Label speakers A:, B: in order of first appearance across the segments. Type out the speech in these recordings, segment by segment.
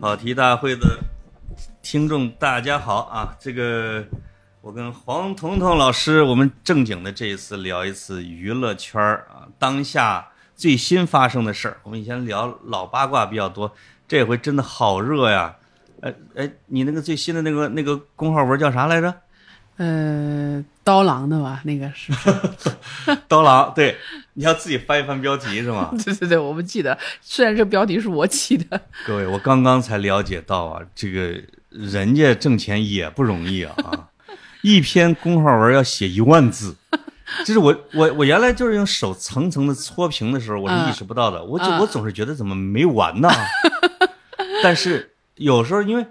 A: 跑题大会的听众，大家好啊！这个我跟黄彤彤老师，我们正经的这一次聊一次娱乐圈儿啊，当下最新发生的事儿。我们以前聊老八卦比较多，这回真的好热呀！哎哎，你那个最新的那个那个公号文叫啥来着？
B: 呃，刀郎的吧，那个是，
A: 刀郎，对，你要自己翻一翻标题是吗？
B: 对对对，我不记得，虽然这标题是我起的，
A: 各位，我刚刚才了解到啊，这个人家挣钱也不容易啊，一篇公号文要写一万字。就是我我我原来就是用手层层的搓屏的时候，我是意识不到的，我就
B: 啊
A: 我总是觉得怎么没完呢？ 但是有时候因为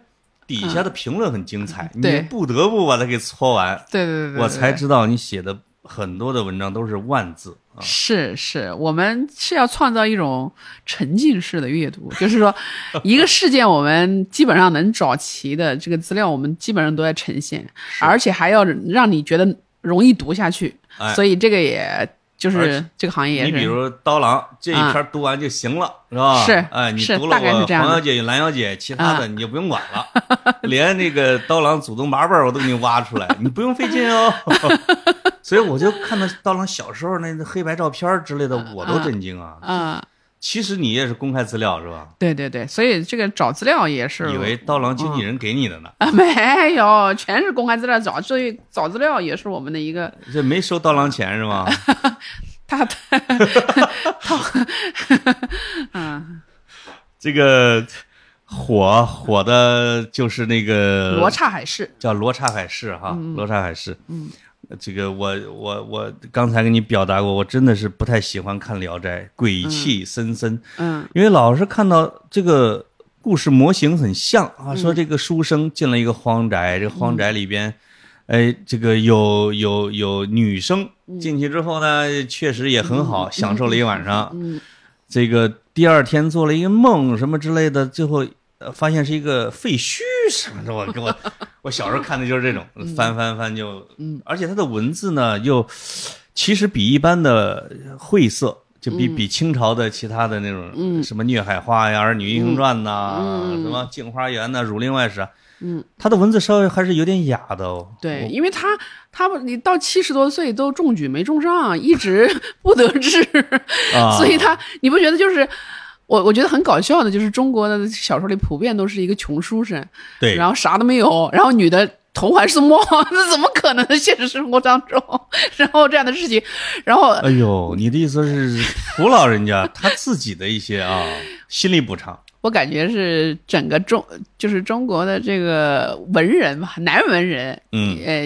A: 底下的评论很精彩，你
B: 嗯对
A: 不得不把它给搓完，
B: 对对对对，
A: 我才
B: 对
A: 知道你写的很多的文章都是万字啊。
B: 是是，我们是要创造一种沉浸式的阅读，就是 说，一个事件我们基本上能找齐的这个资料，我们基本上都在呈现，而且还要让你觉得容易读下去，
A: 哎
B: 所以这个也就
A: 而
B: 是
A: 且
B: 这个行业也
A: 你
B: 是，啊
A: 比如刀郎这一篇读完就行了，是吧？
B: 是
A: 哎，你
B: 是
A: 读了
B: 大概是
A: 我
B: 这样的啊
A: 黄小姐与蓝小姐，其他的你就不用管 了，连那个刀郎祖宗八辈儿我都给你挖出来，你不用费劲哦。 所以我就看到刀郎小时候那黑白照片之类的，我都震惊啊。
B: 啊、
A: 其实你也是公开资料是吧？
B: 对对对，所以这个找资料也是，
A: 以为刀郎经纪人给你的呢，
B: 啊，没有，全是公开资料找，所以找资料也是我们的一个，
A: 这没收刀郎钱是吗？
B: 他他
A: 这个火火的就是那个
B: 罗刹海市，
A: 叫罗刹海市哈，
B: 嗯
A: 罗刹海市。嗯，这个我我我刚才跟你表达过，我真的是不太喜欢看《聊斋》，鬼气森森，
B: 嗯
A: 因为老是看到这个故事模型很像啊，
B: 嗯
A: 说这个书生进了一个荒宅，这个荒宅里边。哎，这个有有有女生
B: 嗯
A: 进去之后呢，确实也很好，享受了一晚上。啊
B: 嗯
A: 这个第二天做了一个梦什么之类的，最后、呃、发现是一个废墟什么的。我给我 我小时候看的就是这种，翻翻翻就，
B: 嗯，
A: 而且它的文字呢又其实比一般的晦涩。就比比清朝的其他的那种，
B: 嗯
A: 什么《孽海话》呀，《儿女英雄传》呐，
B: 嗯嗯
A: 什么《镜花缘》呐，《儒林外史》啊，
B: 嗯，
A: 它的文字稍微还是有点雅的哦。
B: 对，因为他他不，你到七十多岁都中举没中上，一直 不得志，
A: 啊，
B: 所以他你不觉得就是我我觉得很搞笑的，就是中国的小说里普遍都是一个穷书生，
A: 对，
B: 然后啥都没有，然后女的投怀送抱， 那怎么可能？现实生活当中， 然后这样的事情，然后
A: 哎呦，你的意思是 胡老人家他自己的一些啊心理补偿？
B: 我感觉是整个中，就是中国的这个文人吧，男文人，
A: 嗯，
B: 呃，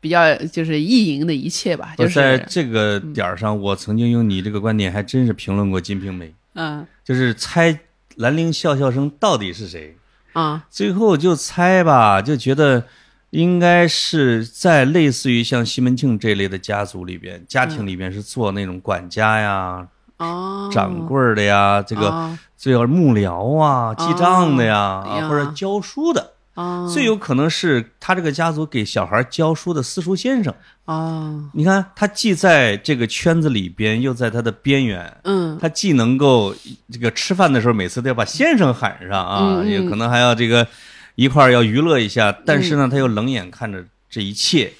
B: 比较就是意淫的一切吧，就
A: 我在
B: 是，嗯
A: 这个点儿上，我曾经用你这个观点还真是评论过《金瓶梅》，
B: 嗯
A: 就是猜兰陵笑笑生到底是谁，
B: 啊，
A: 最后就猜吧，就觉得应该是在类似于像西门庆这类的家族里边，家庭里边是做那种管家呀、
B: 嗯哦，
A: 掌柜儿的呀，这个
B: 哦，哎
A: 最后幕僚啊、记账的呀，啊
B: 呀
A: 或者教书的。
B: 哦，
A: 最有可能是他这个家族给小孩教书的私塾先生。
B: 哦，
A: 你看，他既在这个圈子里边，又在他的边缘。
B: 嗯，
A: 他既能够这个吃饭的时候，每次都要把先生喊上啊，
B: 嗯嗯
A: 也可能还要这个一块儿要娱乐一下，但是呢，他又冷眼看着这一切。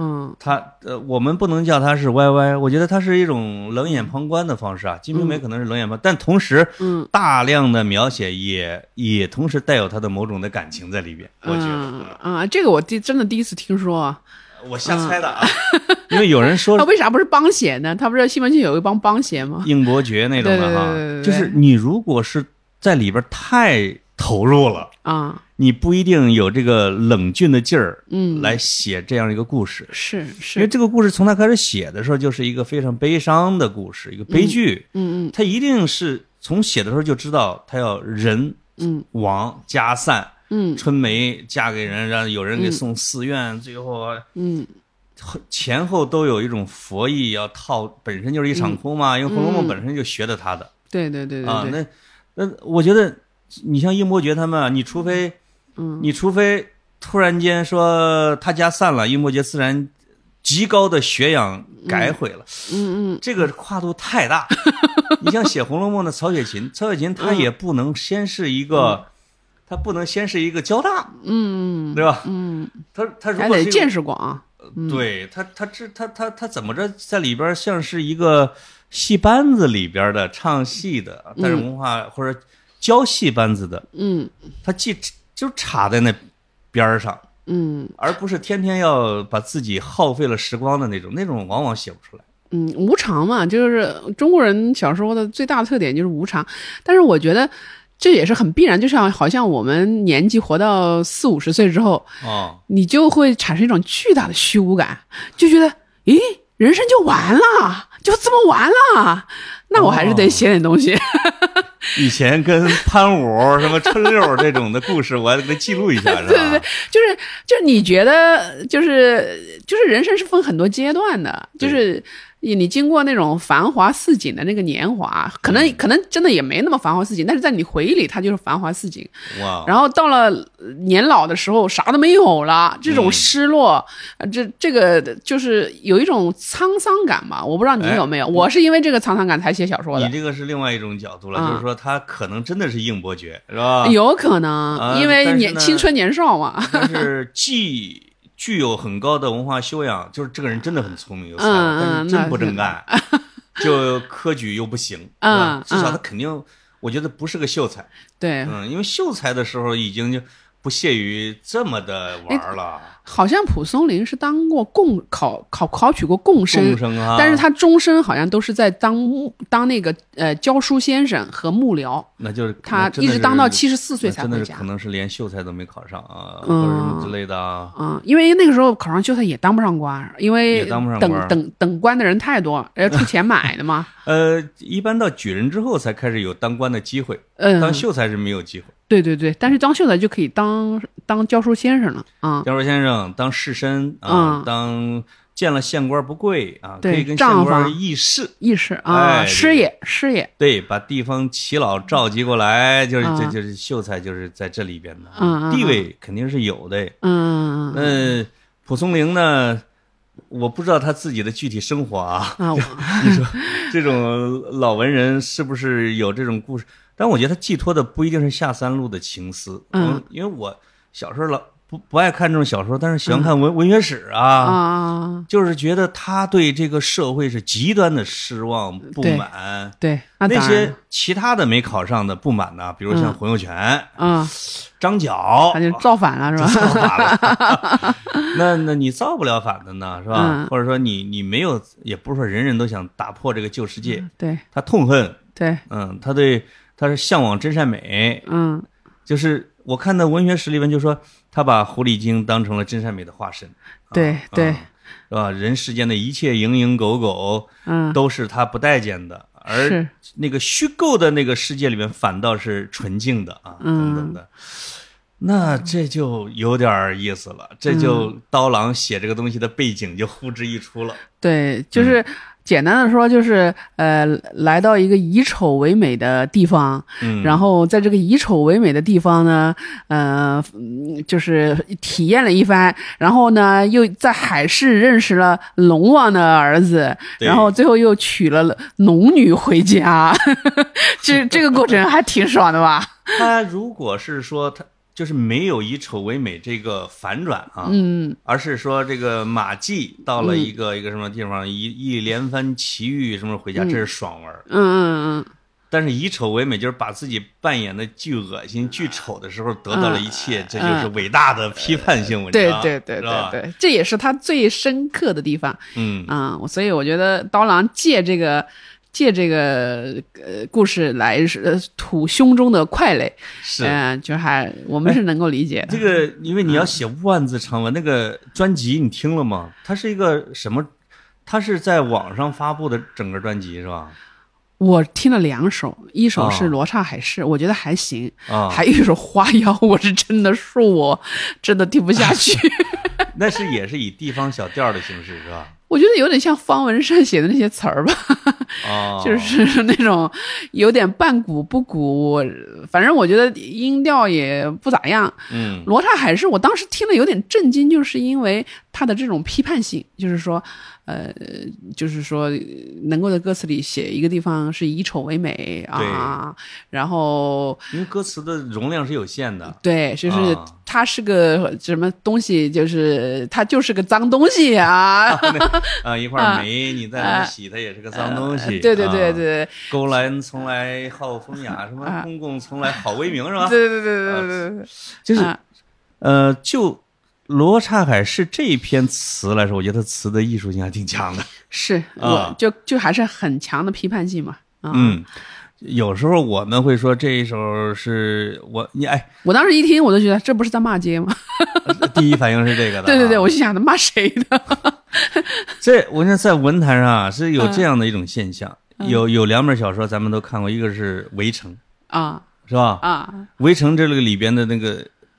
B: 嗯，
A: 他呃，我们不能叫他是歪歪，我觉得他是一种冷眼旁观的方式啊。《金瓶梅》可能是冷眼旁，但同时，
B: 嗯，
A: 大量的描写也也同时带有他的某种的感情在里边。我觉得，
B: 嗯啊，这个我第真的第一次听说啊，
A: 我瞎猜的啊，
B: 嗯
A: 因为有人
B: 他
A: 说
B: 为啥不是帮协呢？他不是西门庆有一帮帮 协吗？
A: 应伯爵那种的哈，
B: 对对对对对
A: 就是你如果是在里边太投入了，
B: 啊，
A: 你不一定有这个冷峻的劲儿，
B: 嗯
A: 来写这样一个故事。
B: 是
A: 因为
B: 是，
A: 这个故事从他开始写的时候，就是一个非常悲伤的故事，一个悲剧。
B: 嗯嗯
A: 他一定是从写的时候就知道他要人
B: 嗯
A: 亡家散，
B: 嗯
A: 春梅嫁给人，然后有人给送寺院，最后啊
B: 嗯
A: 前后都有一种佛意要套，本身就是一
B: 嗯
A: 场空嘛，因为《红楼梦》本身就学的他的、
B: 对对对
A: 啊
B: 对。对，
A: 那那我觉得，你像英伯爵他们啊，你除非，
B: 嗯
A: 你除非突然间说他家散了，英伯爵自然极高的学养改悔了，
B: 嗯嗯
A: 这个跨度太 大。
B: 嗯
A: 你像写《红楼梦》的曹雪芹，曹雪芹他也不能先是一个它不能先是一个交大，嗯，对吧？嗯，它它如
B: 还
A: 果
B: 得
A: 是一个
B: 见识广，啊
A: 对他，他这他他他怎么着，在里边像是一个戏班子里边的唱戏的，但是文化、或者教戏班子的，
B: 嗯
A: 他既就插在那边儿上，
B: 嗯
A: 而不是天天要把自己耗费了时光的那种，那种往往写不 出来。
B: 嗯，无常嘛，就是中国人小时候的最大的特点就是无常，但是我觉得。这也是很必然，就像好像我们年纪活到四五十岁之后，
A: 哦，
B: 你就会产生一种巨大的虚无感，就觉得，咦，人生就完了，就这么完了，那我还是得写点东西。
A: 以前跟潘武、什么春六这种的故事，我还给它记录一下，是吧？
B: 对对对，就是就是你觉得就是就是人生是分很多阶段的，就
A: 对
B: 是你你经过那种繁华似锦的那个年华，可
A: 嗯
B: 能可能真的也没那么繁华似锦，但是在你回忆里它就是繁华似锦。
A: 哇，
B: 然后到了呃年老的时候，啥都没有了，这
A: 嗯
B: 种失落，呃这这个就是有一种沧桑感吧。我不知道你
A: 哎
B: 有没有，我是因为这个沧桑感才写小说
A: 你
B: 的，
A: 这个是另外一种角度了，
B: 嗯
A: 就是说他可能真的是硬伯爵，是吧？
B: 有可能、
A: 啊但
B: 因为
A: 是
B: 年
A: 呢
B: 青春年少嘛。
A: 但是既具有很高的文化修养， 就是这个人真的很聪明有才华，
B: 嗯嗯
A: 但是真不正干， 就科举又不行，是吧
B: 嗯哎
A: 至少他
B: 嗯
A: 肯定，我觉得不是个秀才，
B: 对，
A: 嗯，因为秀才的时候已经就不屑于这么的玩了，
B: 好像蒲松龄是当过贡考考考取过贡生
A: 共。生啊，
B: 但是他终身好像都是在当幕当那个呃教书先生和幕僚，
A: 那就是
B: 他
A: 那真
B: 一
A: 的
B: 直
A: 是
B: 当到七十四岁
A: 那
B: 才
A: 真
B: 回
A: 的是
B: 家
A: 可。能是连秀才都没考上啊，
B: 嗯
A: 或者什么之类的啊，
B: 嗯，因为那个时候考上秀才也当不上官，因为
A: 也当不上官
B: 等等等官的人太多， 要出钱买的嘛。
A: 呃，一般到举人之后才开始有当官的机会，
B: 嗯，
A: 当秀才是没有机会。
B: 对对对，但是当秀才就可以当当教书先生了啊、
A: 教授先生当士绅啊，
B: 嗯
A: 当见了县官不跪啊，可
B: 对
A: 以跟县
B: 账
A: 官
B: 房
A: 议事。
B: 义士啊，
A: 哎
B: 师爷师爷，
A: 对，把地方耆老召集过来，就是这
B: 嗯
A: 就是秀才，就是在这里边的
B: 嗯嗯嗯
A: 地位肯定是有的。
B: 嗯啊
A: 那蒲松龄呢，我不知道他自己的具体生活啊，
B: 我
A: 这种老文人是不是有这种故事？但我觉得他寄托的不一定是下三路的情思，
B: 嗯，
A: 因为我小时候老不不爱看这种小说，但是喜
B: 嗯
A: 欢看文、文学史啊
B: 啊，
A: 就是觉得他对这个社会是极端的失望、不满。
B: 对，那
A: 那
B: 当
A: 些
B: 然
A: 其他的没考上的不满呢，比如像
B: 嗯
A: 洪秀全、
B: 啊，
A: 张 角，
B: 他就造反了是吧？
A: 造反了。 那那你造不了反的呢，是吧？
B: 嗯
A: 或者说你你没有，也不是说人人都想打破这个旧世界。
B: 对
A: 他痛恨，
B: 对，
A: 嗯，他对他是向往真善美，
B: 嗯
A: 就是我看到文学史里面就说他把狐狸精当成了真善美的化身。啊
B: 对对
A: 嗯是吧？人世间的一切蝇营狗苟，
B: 嗯，
A: 都是他不待见的，而
B: 是
A: 那个虚构的那个世界里面反倒是纯净的啊，
B: 嗯
A: 等等的。那这就有点儿意思
B: 嗯
A: 了，这就刀郎写这个东西的背景就呼之欲 出了。
B: 对，
A: 嗯
B: 就是。简单的说，就是呃，来到一个以丑为美的地方，
A: 嗯，
B: 然后在这个以丑为美的地方呢，呃，嗯就是体验了一番，然后呢，又在海市认识了龙王的儿子，
A: 对
B: 然后最后又娶了龙女回家， 这这个过程还挺爽的吧？
A: 他如果是说他就是没有以丑为美这个反转啊，
B: 嗯，
A: 而是说这个马季到了一个、一个什么地方，一一连番奇遇什么回家，这是爽文儿。
B: 嗯嗯嗯，
A: 但是以丑为美，就是把自己扮演的巨恶心、巨丑的时候得到了一切，这就是伟大的批判性文章，
B: 对嗯对对
A: 是
B: 对
A: 吧？
B: 对，这也是他最深刻的地方
A: 嗯，
B: 啊、我所以我觉得刀郎借这个。借这个呃故事来是呃吐胸中的快乐，
A: 是、哎
B: 嗯、就还我们是能够理解的。
A: 这个，因为你要写万字长文，那个专辑你听了吗？它是一个什么？它是在网上发布的整个专辑是吧？
B: 我听了两首，一首是
A: 啊
B: 《罗刹海市》，我觉得还行，
A: 啊，
B: 还有一首《花妖》， 我是真的恕我真的听不下去。
A: 那是也是以地方小调的形式是 吧？
B: 我觉得有点像方文山写的那些词儿吧，
A: 哦，
B: 就是那种有点半古不古，反正我觉得音调也不咋样。
A: 嗯
B: 罗刹海市，我当时听了有点震惊，就是因为他的这种批判性，就是说，呃，就是说能够在歌词里写一个地方是以丑为美啊，然后
A: 因为歌词的容量是有限的，
B: 对，就是
A: 啊
B: 它是个什么东西，就是它就是个脏东西啊。
A: 啊，一块
B: 啊呃
A: 煤你再怎么洗，它也是个脏东西。
B: 对对对对
A: 啊，
B: 对
A: 勾栏从来好风 雅，什么
B: 啊
A: 公公从来好为名，是吧？
B: 对对对对对对，
A: 就是
B: 啊
A: 呃，就罗刹海市这一篇词来说，我觉得词的艺术性还挺强的。
B: 是
A: 啊
B: 我就就还是很强的批判性嘛。啊，
A: 嗯，有时候我们会说这一首是我你哎，
B: 我当时一听我都觉得这不是在骂街吗？
A: 第一反应是这个的。
B: 对对对，
A: 啊
B: 我就想他骂谁呢？
A: 这我觉得在文坛上啊是有这样的一种现象，
B: 嗯
A: 有有两本小说咱们都看过，一个是《围城》，
B: 啊
A: 是吧？
B: 啊
A: 《围城》这个里边的那个，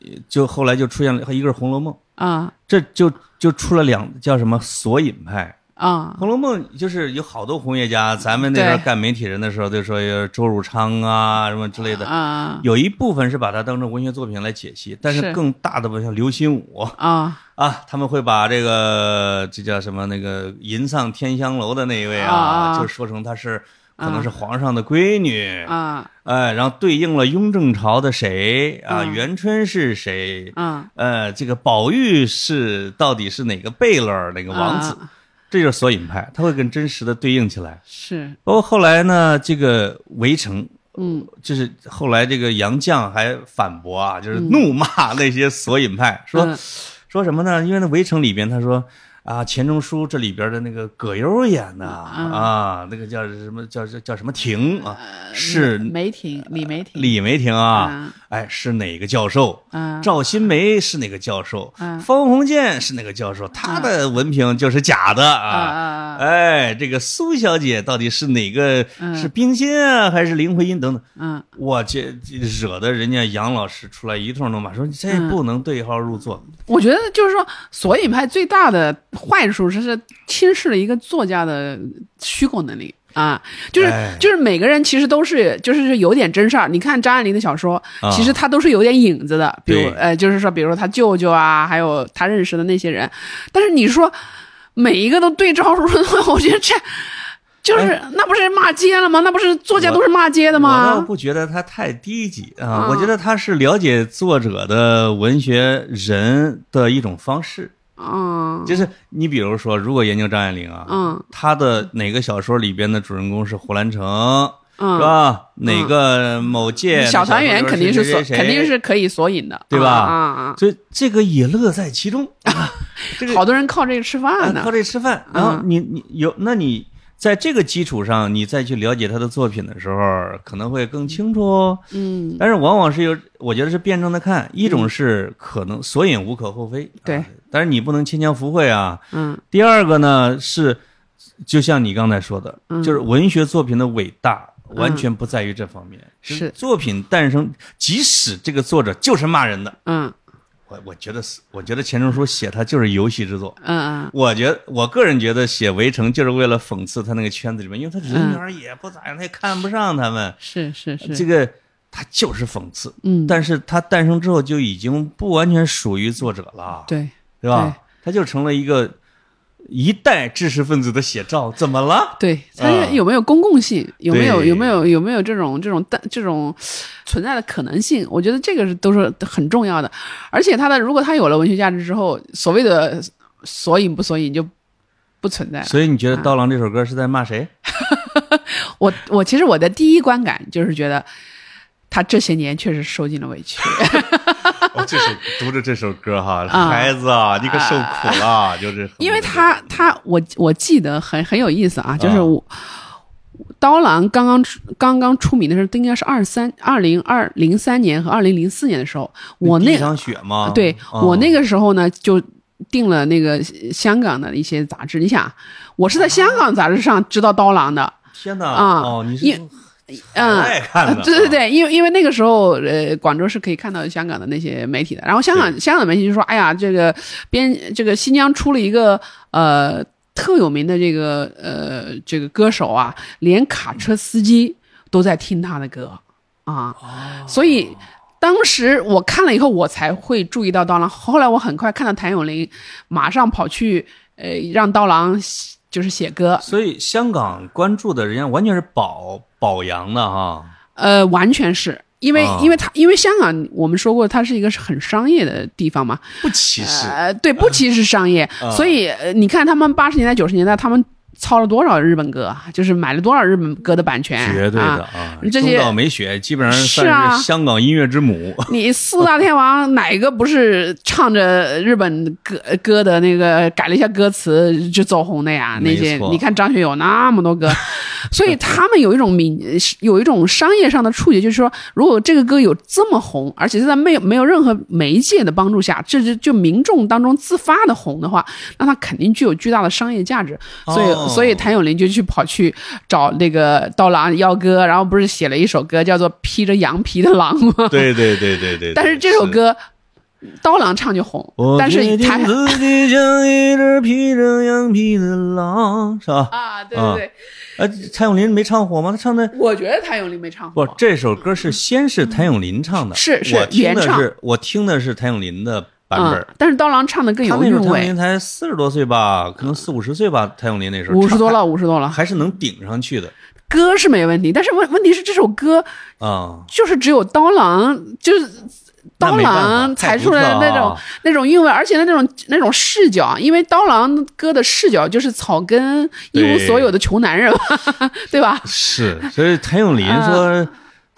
A: 呃就后来就出现了，一个是《红楼梦》，
B: 啊
A: 这就就出了两叫什么索引派，《
B: 啊！
A: 红楼梦》就是有好多红学家，咱们那时候
B: 对
A: 干媒体人的时候就说有周汝昌啊什么之类的，
B: 啊
A: 有一部分是把它当成文学作品来解析，但是
B: 是
A: 更大的像刘心武
B: 啊
A: 啊，他们会把这个这叫什么那个吟唱《天香楼》的那一位
B: 啊
A: 啊，
B: 啊
A: 就说成她是可能是皇上的闺女，
B: 啊
A: 哎，然后对应了雍正朝的谁啊，
B: 啊
A: 元春是谁，
B: 啊！
A: 呃，这个宝玉是到底是哪个贝勒儿哪个王子，
B: 啊
A: 这就是索引派，他会跟真实的对应起来。
B: 是
A: 包括后来呢，这个《围城》
B: 嗯
A: 就是后来这个杨绛还反驳啊，就是怒骂那些索引派，说
B: 嗯
A: 说什么呢？因为那《围城》里边他说啊，钱钟书这里边的那个葛优演的
B: 嗯
A: 啊，那个叫什么叫叫叫什么婷啊，
B: 呃
A: 是
B: 梅婷李梅婷
A: 李梅婷啊，
B: 啊
A: 哎，是哪个教授？
B: 啊
A: 赵新梅是哪个教授？
B: 嗯
A: 方鸿渐是哪个教授？他的文凭就是假的
B: 啊
A: 啊。
B: 啊！
A: 哎，这个苏小姐到底是哪个？
B: 嗯
A: 是冰心啊，还是林徽因等等？
B: 嗯
A: 我这这惹得人家杨老师出来一通怒骂，说你这
B: 嗯
A: 不能对号入座。，
B: 我觉得就是说，索引派最大的坏处是是轻视了一个作家的虚构能力啊，就是、
A: 哎
B: 就是每个人其实都是就是有点真事儿。你看张爱玲的小说，
A: 啊
B: 其实她都是有点影子的，比如
A: 对
B: 呃，就是说，比如说她舅舅啊，还有她认识的那些人，但是你说每一个都对照入的话，我觉得这。就是、那不是骂街了吗？那不是作家
A: 哎我
B: 都是骂街的
A: 我倒
B: 吗？
A: 不觉得他太低级啊
B: 啊，
A: 我觉得他是了解作者的文学人的一种方式。
B: 嗯
A: 就是你比如说，如果研究张爱玲啊，
B: 嗯
A: 她的哪个小说里边的主人公是胡兰成，是
B: 嗯，
A: 吧？哪个某届
B: 小团圆肯定是
A: 谁
B: 索
A: 谁谁
B: 肯定是可以索引的，
A: 对吧
B: 啊啊啊！
A: 所以这个也乐在其中，这个
B: 好多人靠这个吃饭
A: 啊靠
B: 呢。嗯
A: 这吃饭。然后你你有，那你在这个基础上，你再去了解他的作品的时候，可能会更清楚哦。
B: 嗯，
A: 但是往往是有，我觉得是辩证的看，一种是可能索引无可厚非，
B: 对
A: 啊，但是你不能牵强附会啊。
B: 嗯
A: 第二个呢是，就像你刚才说的，
B: 嗯
A: 就是文学作品的伟大。完
B: 嗯
A: 全不在于这方面，就是作品诞生，即使这个作者就是骂人的，
B: 嗯
A: 我我觉得是，我觉得钱钟书写他就是游戏之作。
B: 嗯
A: 我觉得我个人觉得写《围城》就是为了讽刺他那个圈子里面，因为他人缘也不咋样，他也看不上他们。
B: 是是是，
A: 这个他就是讽刺，
B: 嗯，
A: 但是他诞生之后就已经不完全属于作者了，
B: 对
A: 对吧？他就成了一个一代知识分子的写照，怎么了？
B: 对，它
A: 啊
B: 是有没有公共性，有没有
A: 对
B: 有没有有没有这种这种但这种存在的可能性？我觉得这个是都是很重要的。而且它的如果它有了文学价值之后，所谓的索引不索引就不存在了。
A: 所以你觉得《刀郎》这首歌是在骂谁？
B: 我我其实我的第一观感就是觉得。他这些年确实受尽了委屈，
A: 哦，这首读着这首歌哈，
B: 啊
A: 孩子啊，你可受苦了，就是
B: 因为他他我我记得很很有意思啊，就是
A: 啊
B: 我、刀郎刚刚出刚刚出名的时候，应该是二三二零二零三年和二零零四年的时候，我
A: 地
B: 那
A: 上雪嘛，
B: 对、
A: 啊
B: 我那个时候呢就。订了那个香港的一些杂志，你想，我是
A: 啊
B: 在香港杂志上知道刀郎的，
A: 天哪！
B: 啊
A: 哦，你
B: 因
A: 是
B: 嗯
A: 海外看的， 啊
B: 对对对，因为因为那个时候，呃，广州是可以看到香港的那些媒体的。然后香港香港的媒体就说：“哎呀，这个边这个新疆出了一个呃特有名的这个呃这个歌手啊，
A: 哦
B: 连卡车司机都在听他的歌啊。”所以当时我看了以后，我才会注意到刀郎。后来我很快看到谭咏麟，马上跑去呃让刀郎写就是写歌，
A: 所以香港关注的人家完全是保保洋的哈，
B: 呃，完全是因为、
A: 啊
B: 因为他因为香港我们说过它是一个很商业的地方嘛，
A: 不歧视。
B: 呃，对，不歧视商业，
A: 啊
B: 所以呃你看他们八十年代九十年代他们抄了多少日本歌，啊就是买了多少日本歌的版权，
A: 绝对的
B: 啊
A: 啊！
B: 这些
A: 中岛美雪基本上
B: 是啊
A: 算是香港音乐之母，
B: 你四大天王哪个不是唱着日本歌呃歌的那个改了一下歌词就走红的呀？那些
A: 没错
B: 你看张学友那么 多歌，所以他们有一种民有一种商业上的触觉，就是说，如果这个歌有这么红，而且是在没有没有任何媒介的帮助下，这就就民众当中自发的红的话，那它肯定具有巨大的商业价值。所以，
A: 哦
B: 所以谭咏麟就去跑去找那个刀郎要歌，然后不是写了一首歌叫做《披着羊皮的狼》吗？
A: 对对对对对。哦
B: 但是这首，歌，刀郎唱就红，但是谭
A: 自己像一只披着羊皮的狼，是吧？
B: 啊，对对对，
A: 呃，谭咏麟没唱火吗？他唱的
B: 我觉得谭咏麟没唱
A: 不
B: 红，，
A: 这首歌是先是谭咏麟唱的，
B: 是是
A: 我听的
B: 原唱
A: 是我听的是谭咏麟的版本
B: 嗯。，但是刀郎唱的更
A: 他
B: 有
A: 那时
B: 韵
A: 候谭咏
B: 味
A: 麟，才四十多岁吧，可能四五十岁吧。谭咏麟那时候
B: 五十多
A: 唱
B: 了，五十多
A: 还，
B: 了，
A: 还是能顶上去的
B: 歌是没问题，但是问问题是这首歌
A: 啊。
B: 就是只有刀郎就是。
A: 那
B: 刀
A: 没办法
B: 郎
A: 太
B: 才
A: 独
B: 出来的
A: 特
B: 那种
A: 啊
B: 那种韵味，而且那种那种视角啊，因为刀郎歌的视角就是草根一无
A: 对
B: 所有的穷男人嘛， 对吧？
A: 是，啊所以谭咏麟说。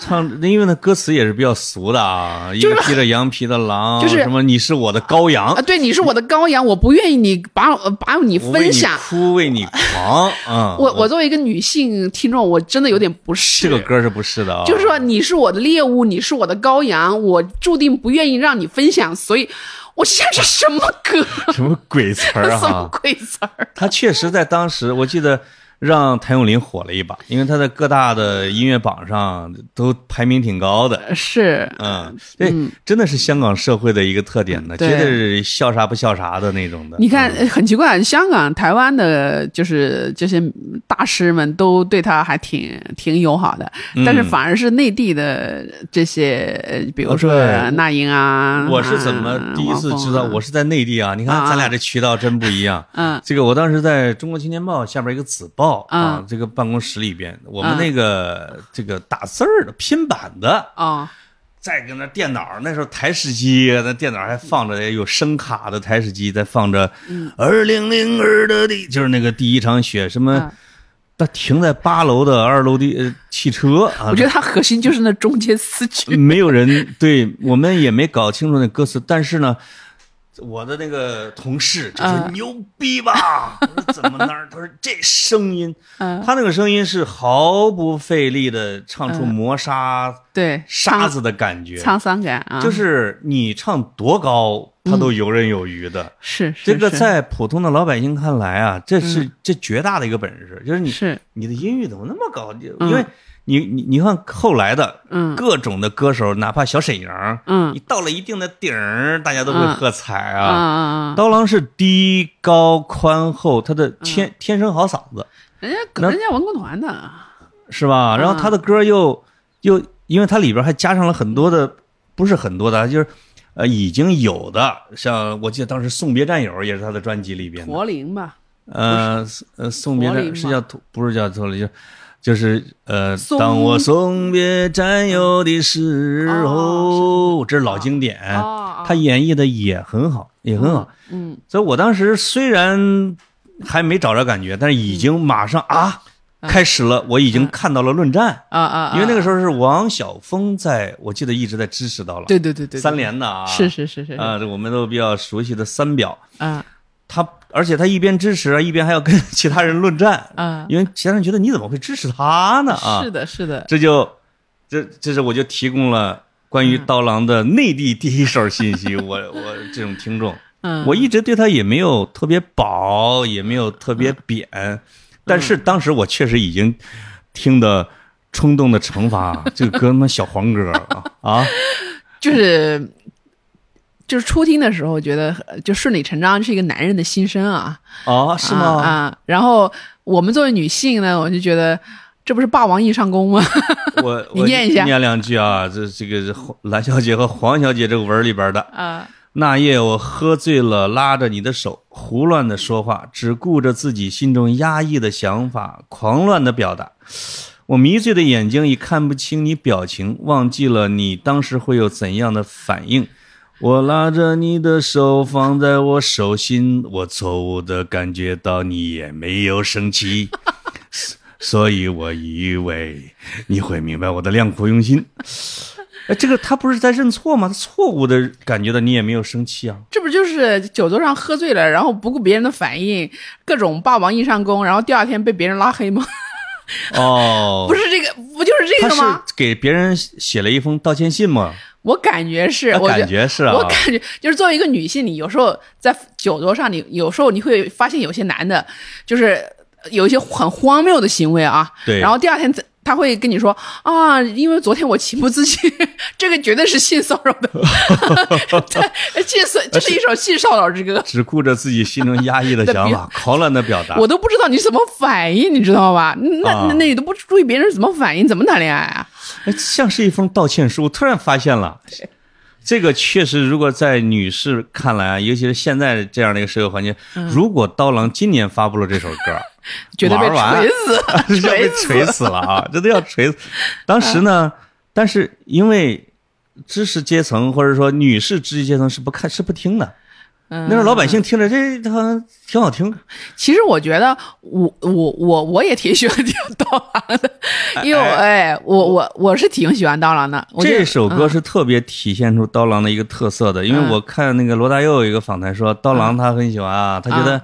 A: 唱，因为那歌词也是比较俗的啊，一
B: 就是
A: 个披着羊皮的狼，
B: 就是
A: 什么你是我的羔羊
B: 啊，，对，你是我的羔羊，我不愿意你把我把你
A: 我为
B: 分
A: 你
B: 享，
A: 哭为你狂啊！
B: 我我作为一个女性听众，我真的有点不
A: 这
B: 适。
A: 个歌是不是的啊？
B: 就是说你是我的猎物，你是我的羔羊，我注定不愿意让你分享，所以我想这什么 歌，
A: 什么鬼词 儿
B: 什
A: 啊
B: 么？鬼词儿？
A: 他确实在当时，我记得让谭咏麟火了一把，因为他在各大的音乐榜上都排名挺高的。
B: 是，
A: 嗯，对，真的是香港社会的一个特点呢，
B: 对
A: 绝对是笑啥不笑啥的那种的。
B: 你看
A: 嗯，
B: 呃很奇怪，香港、台湾的，就是这些大师们都对他还挺挺友好的，但是
A: 嗯
B: 反而是内地的这些，呃比如
A: 哦
B: 说
A: 对
B: 那英啊，
A: 我是怎么第一次知道？我
B: 是
A: 是在内地啊！你看
B: 啊
A: 咱俩这渠道真不一样。
B: 嗯
A: 这个我当时在中国青年报下边一个子报啊
B: 嗯，
A: 这个办公室里边，我们
B: 嗯
A: 那个这个打字儿的拼板的，
B: 哦，
A: 再跟那电脑，那时候台式机，那电脑还放着有声卡的台式机，再放着
B: 嗯
A: 二零零二的第，就是那个第一场雪什么
B: 嗯，
A: 它停在八楼的二楼的呃汽车啊，
B: 我觉得它核心就是那中间四句。
A: 没有人对我们也没搞清楚那歌词，但是呢，我的那个同事就说
B: 嗯
A: 牛逼吧，我说怎么那儿？他说这声音，
B: 嗯
A: 他那个声音是毫不费力的唱出磨
B: 嗯
A: 砂
B: 对，
A: 沙
B: 沧
A: 子的感觉，
B: 沧桑感啊，
A: 就是你唱多高，他都游刃有余的。
B: 是嗯是嗯
A: 这个
B: 是
A: 在普通的老百姓看来啊，这是、这绝大的一个本事，就是你
B: 是
A: 你的音域怎么那么高？
B: 嗯
A: 因为你你你看后来的
B: 嗯
A: 各种的歌手，哪怕小沈阳，
B: 嗯
A: 你到了一定的顶儿，大家都会
B: 嗯
A: 喝彩
B: 啊
A: 啊。
B: 啊，啊
A: 刀郎是低高宽厚，他
B: 嗯
A: 的天、天生好嗓子
B: 人家
A: 那
B: 人家文工团的，啊
A: 是
B: 嗯
A: 吧？然后他的歌又、又，因为它里边还加上了很多的，不是很多的，就是呃已经有的，像我记得当时《送别战友》也是他的专辑里边的，
B: 驼铃吧，
A: 呃呃，送别
B: 驼
A: 战
B: 铃吗
A: 是叫驼不是叫驼铃，就是就是呃，
B: 送
A: 当我送别战友的时候，这是老经典，
B: 哦
A: 哎他演绎的也很好，也很好。
B: 嗯，
A: 所以我当时虽然还没找着感觉，但是已经马上
B: 嗯
A: 啊，开始了，我已经看到了论战，
B: 啊啊，
A: 因为那个时
B: 候，
A: 候是王晓峰在，我记得一直在支持到了
B: 啊对对对对，对
A: 三连的啊，
B: 是是是是
A: 啊，这我们都比较熟悉的三表，
B: 啊
A: 他而且他一边支持，啊一边还要跟 其他人论战，
B: 啊，
A: 因为其他人觉得你怎么会支持他呢啊？
B: 是的是的，
A: 这就这这是我就提供了关
B: 嗯
A: 于刀郎的内地第一手信息，我我这种听众。
B: 嗯，
A: 我一直对他也没有特别薄，也没有特
B: 嗯
A: 别扁，但是当时我确实已经听的冲动的惩罚， 这个歌他妈小黄歌啊啊，
B: 就是。就是初听的时候觉得呃就顺理成章是一个男人的心声啊，
A: 哦是吗？
B: 啊，啊然后我们作为女性呢，我就觉得这不是霸王硬上弓吗？
A: 我
B: 你
A: 我
B: 念一下
A: 念两句啊，这这个是黄蓝小姐和黄小姐这个文儿里边的。
B: 啊，
A: 那夜我喝醉了，拉着你的手，胡乱的说话，只顾着自己心中压抑的想法，狂乱的表达。我迷醉的眼睛已看不清你表情，忘记了你当时会有怎样的反应。我拉着你的手放在我手心，我错误的感觉到你也没有生气， 所以我以为你会明白我的良苦用心。哎，这个他不是在认错吗？他错误的感觉到你也没有生气啊。
B: 这不就是酒桌上喝醉了，然后不顾别人的反应，各种霸王硬上弓，然后第二天被别人拉黑吗？
A: 哦，
B: 不是这个，不就是这
A: 他
B: 个吗？
A: 是给别人写了一封道歉信吗？
B: 我感觉是，
A: 他
B: 我
A: 感
B: 觉
A: 觉是啊
B: 我，感觉就是作为一个女性，你有时候在酒桌上，你有时候你会发现有些男的，就是有一些很荒谬的行为啊。
A: 对
B: 然后第二天他他会跟你说啊，因为昨天我情不自禁， 这个绝对是性骚扰的， 这 性骚这是一首性骚扰之歌。
A: 只顾着自己心中压抑的
B: 那
A: 想
B: 别
A: 法，狂乱的表达。
B: 我都不知道你怎么反应，你知道吧？那、
A: 啊
B: 那那你都不注意别人怎么反应，怎么谈恋爱啊？
A: 哎，像是一封道歉书。突然发现 了，这个确实，如果在女士看来啊，尤其是现在这样的一个社会环境，
B: 嗯
A: 如果刀郎今年发布了这首歌，
B: 绝对被
A: 玩完
B: 锤 死，
A: 要被
B: 锤死。
A: 锤死了 啊！这都要锤死。当时呢，
B: 嗯
A: 但是因为知识阶层或者说女士知识阶层是不看是不听的，
B: 嗯
A: 那时候老百姓听着这好像挺好听，
B: 其实我觉得我，我我我也挺喜欢听刀郎的，因为我哎，我我我是挺喜欢刀郎的。我觉得
A: 这首歌是特别体现出刀郎的一个特色的，因为
B: 嗯
A: 我看那个罗大佑有一个访谈说，刀郎他很喜欢啊，
B: 嗯
A: 他觉得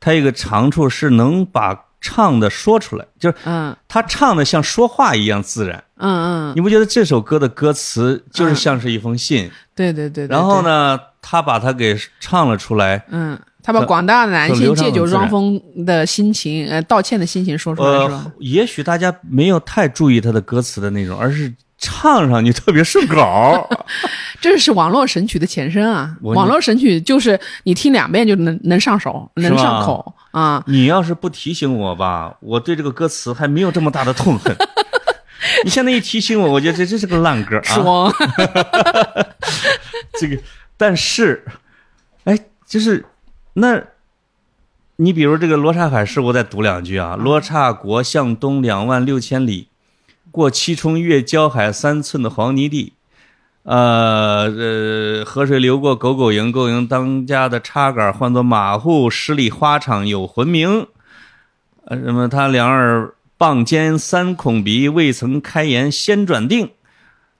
A: 他有一个长处是能把唱的说出来，就是
B: 嗯
A: 他唱的像说话一样自然。
B: 嗯嗯，
A: 你不觉得这首歌的歌词就是像是一封信？
B: 对对对对。
A: 然后呢，他把它给唱了出来。
B: 对？嗯，他把广大男
A: 很流畅
B: 性借酒
A: 很自然
B: 装疯的心情，呃，道歉的心情说出来是吧
A: 呃？，也许大家没有太注意他的歌词的内容，而是唱上去特别顺口。
B: 这是网络神曲的前身啊！
A: 我
B: 网络神曲就是你听两遍就能能上手，
A: 是
B: 能上
A: 吧
B: 口啊、
A: 你要是不提醒我吧，我对这个歌词还没有这么大的痛恨。 你现在一提醒我，我觉得这这是个烂歌啊。
B: 爽。
A: 这个，但是，哎，就是那，你比如这个罗刹海市，我再读两句啊。罗刹国向东两万六千里，过七冲越胶海三寸的黄泥地。呃呃，河水流过狗狗营，狗营当家的插杆唤作马户，十里花场有魂名。呃，什么他两耳傍肩三孔鼻，未曾开言先转腚。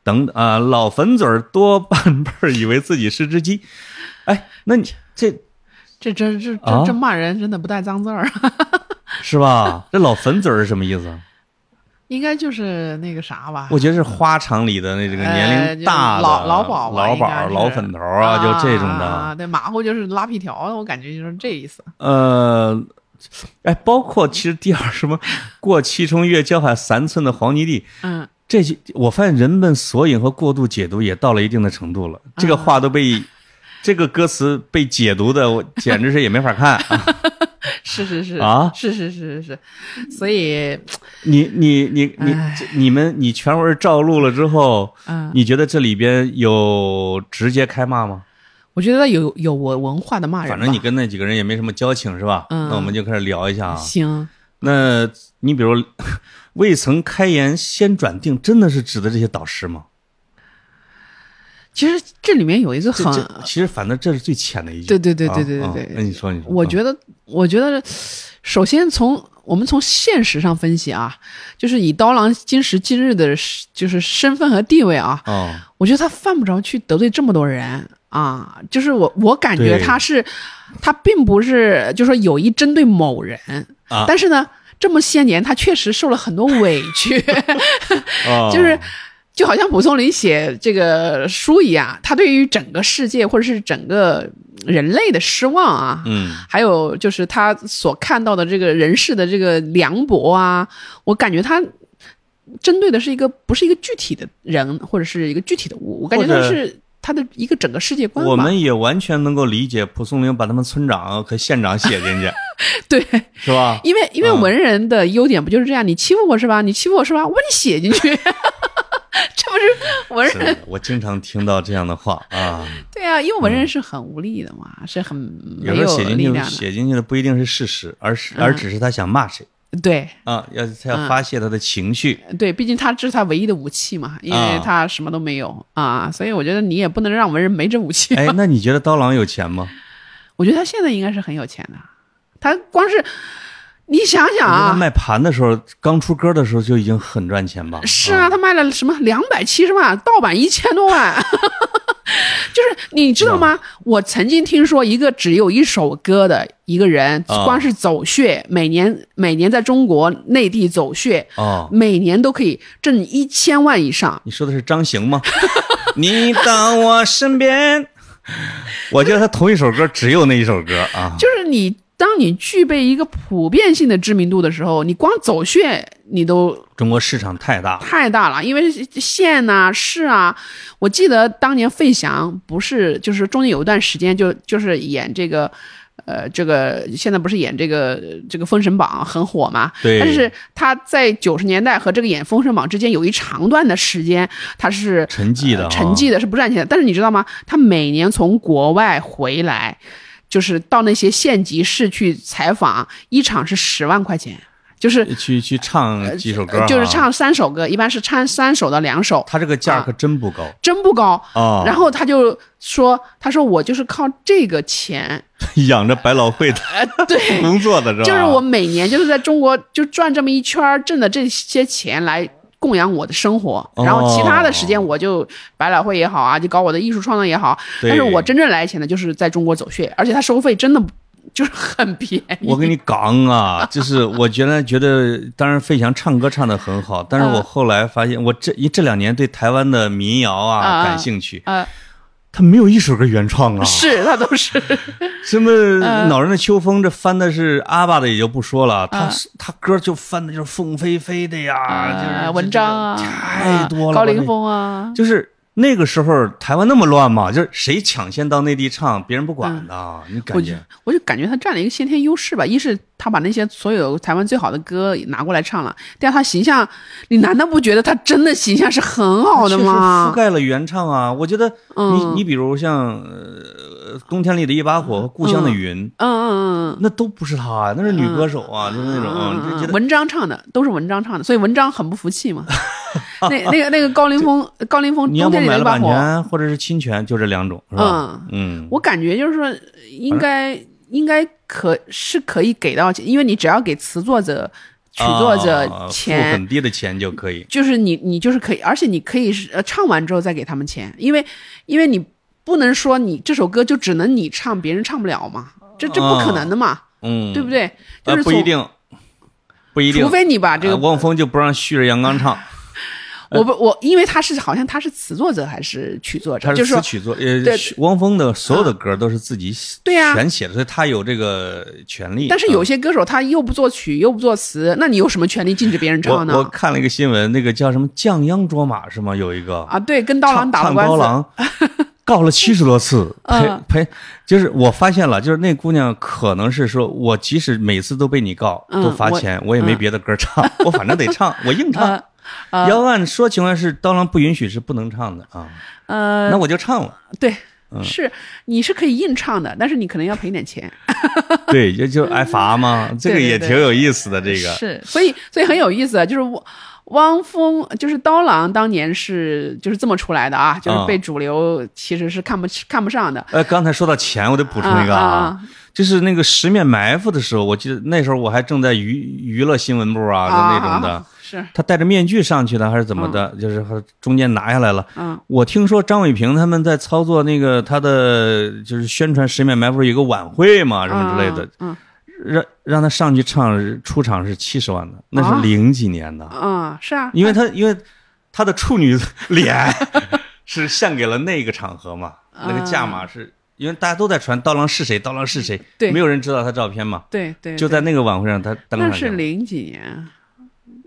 A: 等啊、老粉嘴儿多半辈儿以为自己是只鸡。哎，那你这
B: 这这这
A: 啊
B: 这这骂人真的不带脏字儿，啊
A: 是吧？这老粉嘴儿是什么意思啊？
B: 应该就是那个啥吧？
A: 我觉得是花场里的那这个年龄大的
B: 呃就老老鸨吧
A: 老
B: 应该
A: 鸨、
B: 是
A: 老粉头儿啊，就这种
B: 啊
A: 的。
B: 对，马虎就是拉皮条，我感觉就是这意思。
A: 呃，哎，包括其实第二什么过七冲越交海三寸的黄泥地，
B: 嗯，
A: 这句我发现人们索引和过度解读也到了一定的程度了。这
B: 啊
A: 个话都被。这个歌词被解读的，我简直是也没法 看。
B: 是是是
A: 啊
B: 是是是是是，所以
A: 你你你你
B: 唉
A: 这你们你全文照录了之后，
B: 嗯，
A: 你觉得这里边有直接开骂吗？
B: 我觉得有有我文化的骂人吧，
A: 反正你跟那几个人也没什么交情是吧？
B: 嗯
A: 那我们就开始聊一下啊。
B: 行，
A: 那你比如 未曾开言先转定，真的是指的这些导师吗？
B: 其实这里面有一个
A: 这
B: 很，
A: 这其实反正这是最浅的一句。
B: 对对对
A: 啊
B: 对对
A: 啊
B: 对对
A: 那你说你说，
B: 我
A: 得
B: 觉得我觉得，首先从我们从现实上分析啊，就是以刀郎今时今日的就是身份和地位啊，
A: 哦，
B: 我觉得他犯不着去得罪这么多人啊，就是我我感觉
A: 对
B: 他是，他并不是就说有意针对某人，
A: 啊
B: 但是呢，这么些年他确实受了很多委屈，
A: 哦
B: 就是就好像蒲松龄写这个书一样，他对于整个世界或者是整个人类的失望啊，
A: 嗯，
B: 还有就是他所看到的这个人世的这个凉薄啊，我感觉他针对的是一个不是一个具体的人或者是一个具体的物，我感觉
A: 或
B: 他
A: 者
B: 是他的一个整个世界观吧。
A: 我们也完全能够理解蒲松龄把他们村长和县长写进 去，
B: 对，
A: 是吧？
B: 因为因为
A: 嗯
B: 文人的优点不就是这样？你欺负我是吧？你欺负我是吧？我把你写进去， 这不是 文
A: 是
B: 人
A: 的，我经常听到这样的话啊，
B: 对啊，因为文人是很无力的嘛，是很没
A: 有时候写进
B: 力
A: 去
B: 量的。嗯
A: 写进去的不一定是事实，而是而只是他想骂谁
B: 对
A: 啊，要他要发泄他的情 绪，
B: 对，毕竟他这是他唯一的武器嘛，因为
A: 啊
B: 他什么都没有啊，所以我觉得你也不能让文人没这武器。
A: 哎，那你觉得刀郎有钱吗？
B: 我觉得他现在应该是很有钱的，他光是你想想
A: 我觉得他
B: 啊，
A: 卖盘的时候，刚出歌的时候就已经很赚钱吧？
B: 是啊，他卖了什么两百七十万，盗版一千多万。 就是你知道吗？我曾经听说一个只有一首歌的一个人，
A: 啊
B: 光是走穴，每年每年在中国内地走穴，
A: 哦，
B: 每年都可以挣一千万以上。
A: 你说的是张行吗？ 你到我身边，我觉得他同一首歌只有那一首歌啊。
B: 就是你，当你具备一个普遍性的知名度的时候，你光走穴你都
A: 中国市场太大了，
B: 太大了，因为县呐、市啊，我记得当年费翔不是就是中间有一段时间就就是演这个。呃，这个现在不是演这个这个《封神榜》很火嘛？
A: 对
B: 但是他在九十年代和这个演《封神榜》之间有一长段的时间，他是呃
A: 沉寂的啊
B: 沉寂的是不赚钱的。但是你知道吗？他每年从国外回来，就是到那些县级市去采访，一场是十万块钱，就是
A: 去去唱几首歌、啊，
B: 呃就是。唱三首歌，一般是唱三首到两首，
A: 他这个价可真不高
B: 真不高。
A: 啊！
B: 然后他就说：“他说我就是靠这 个钱，
A: 养着百老汇的
B: 对，
A: 工作的是吧？
B: 哎就是我每年就是在中国就转这么一圈儿，挣的这些钱来供养我的生活。
A: 哦
B: 然后其他的时间我就百老汇也好啊，就搞我的艺术创作也好。
A: 对
B: 但是我真正来钱呢，就是在中国走穴，而且他收费真的就是很便宜。
A: 我跟你讲啊，就是我原来觉得，当然费翔唱歌唱得很好，但
B: 嗯
A: 是我后来发现，我这一这两年对台湾的民谣
B: 啊
A: 啊感兴趣，
B: 啊，
A: 他没有一首歌原创啊，
B: 是嗯他都是
A: 什么恼人的秋风，这翻的是阿爸的也就不说了，
B: 嗯
A: 他是他歌就翻的就是凤飞飞的呀，就是
B: 呃
A: 这
B: 文章啊，
A: 这太多了吧，
B: 高凌
A: 那
B: 风啊，
A: 就是。那个时候台湾那么乱嘛，就是谁抢先到内地唱，别人不管的啊，你感
B: 嗯我就
A: 觉
B: 我就感觉他占了一个先天优势吧，一是他把那些所有台湾最好的歌拿过来唱了，第二他形象，你难道不觉得他真的形象是很好的
A: 确实覆
B: 吗？
A: 盖了原唱啊。我觉得你
B: 嗯
A: 你比如像呃冬天里的一把火和故乡的云，
B: 嗯嗯嗯
A: 那都不是他，那是女歌手啊，就是那
B: 嗯
A: 种啊
B: 嗯
A: 你就
B: 嗯，
A: 觉得
B: 文章唱的都是文章唱的，所以文章很不服气 嘛。那那个那个高凌风，高凌风
A: 你要
B: 冬
A: 不
B: 天里
A: 买
B: 的
A: 了
B: 一把
A: 版
B: 火，
A: 权或者是侵权，就这两种是吧？嗯，
B: 我感觉就是说应该应该可是可以给到，因为你只要给词作者、曲作者
A: 啊付
B: 钱，
A: 很低的钱就可以。
B: 就是你你就是可以，而且你可以是呃唱完之后再给他们钱，因为因为你不能说你这首歌就只能你唱，别人唱不了嘛，这这不可能的嘛，
A: 嗯，
B: 对不对？就
A: 啊
B: 是、
A: 不一，定，不一定。
B: 除非你把这个、
A: 啊汪峰就不让旭日阳刚 唱，
B: 我不我，因为他是好像他是词作者还是曲作者，
A: 他
B: 就是是说
A: 词曲作，呃
B: 对，嗯
A: 汪峰的所有的歌都是自己写
B: 对呀
A: 全写的，所以他有这个权利。
B: 但是有
A: 啊
B: 些歌手他又不作曲又不作词，那你有什么权利禁止别人唱
A: 我我
B: 呢？
A: 看了一个新闻，那个叫什么“降央卓玛”是吗？有一个
B: 啊，对，跟刀郎
A: 唱
B: 打了
A: 唱
B: 官
A: 刀
B: 司，
A: 郎告了七十多次，
B: 嗯
A: 赔赔，就是我发现了，就是那姑娘可能是说，我即使每次都被你告，
B: 嗯
A: 都罚钱，我也没别的歌唱，我反正得唱，我硬唱
B: 呃。
A: 要按说情况是，刀郎不允许是不能唱的啊，
B: 呃，
A: 那我就唱 了。
B: 对，
A: 嗯
B: 是你是可以硬唱的，但是你可能要赔点钱。
A: 对，就就挨罚嘛，这个
B: 对
A: 也
B: 对
A: 挺有意思的。这个
B: 是，所以所以很有意思，就是汪汪峰，就是刀郎当年是就是这么出来的啊，就是被主流其实是看不起看不上的。
A: 呃，刚才说到钱，我得补充一个
B: 啊
A: 啊，
B: 啊
A: 就是那个十面埋伏的时候，我记得那时候我还正在娱娱乐新闻部啊，就那种的。
B: 啊嗯是，
A: 他戴着面具上去的还是怎么的？就是他中间拿下来了。
B: 嗯
A: 我听说张伟平他们在操作那个他的就是宣传《十面埋伏》有个晚会嘛，什么之类的，
B: 嗯
A: 让让他上去唱，出场是七十万的，那
B: 啊
A: 是零几年的，
B: 嗯，是啊，
A: 因为 他因为他的处女脸是献给了那个场合嘛，那
B: 啊
A: 个价码是因为大家都在传刀郎是谁，刀郎是谁，
B: 对
A: 没有人知道他照片嘛，
B: 对对，
A: 就
B: 对
A: 在那个晚会上他登
B: 那
A: 上去
B: 是
A: 了。
B: 零几年，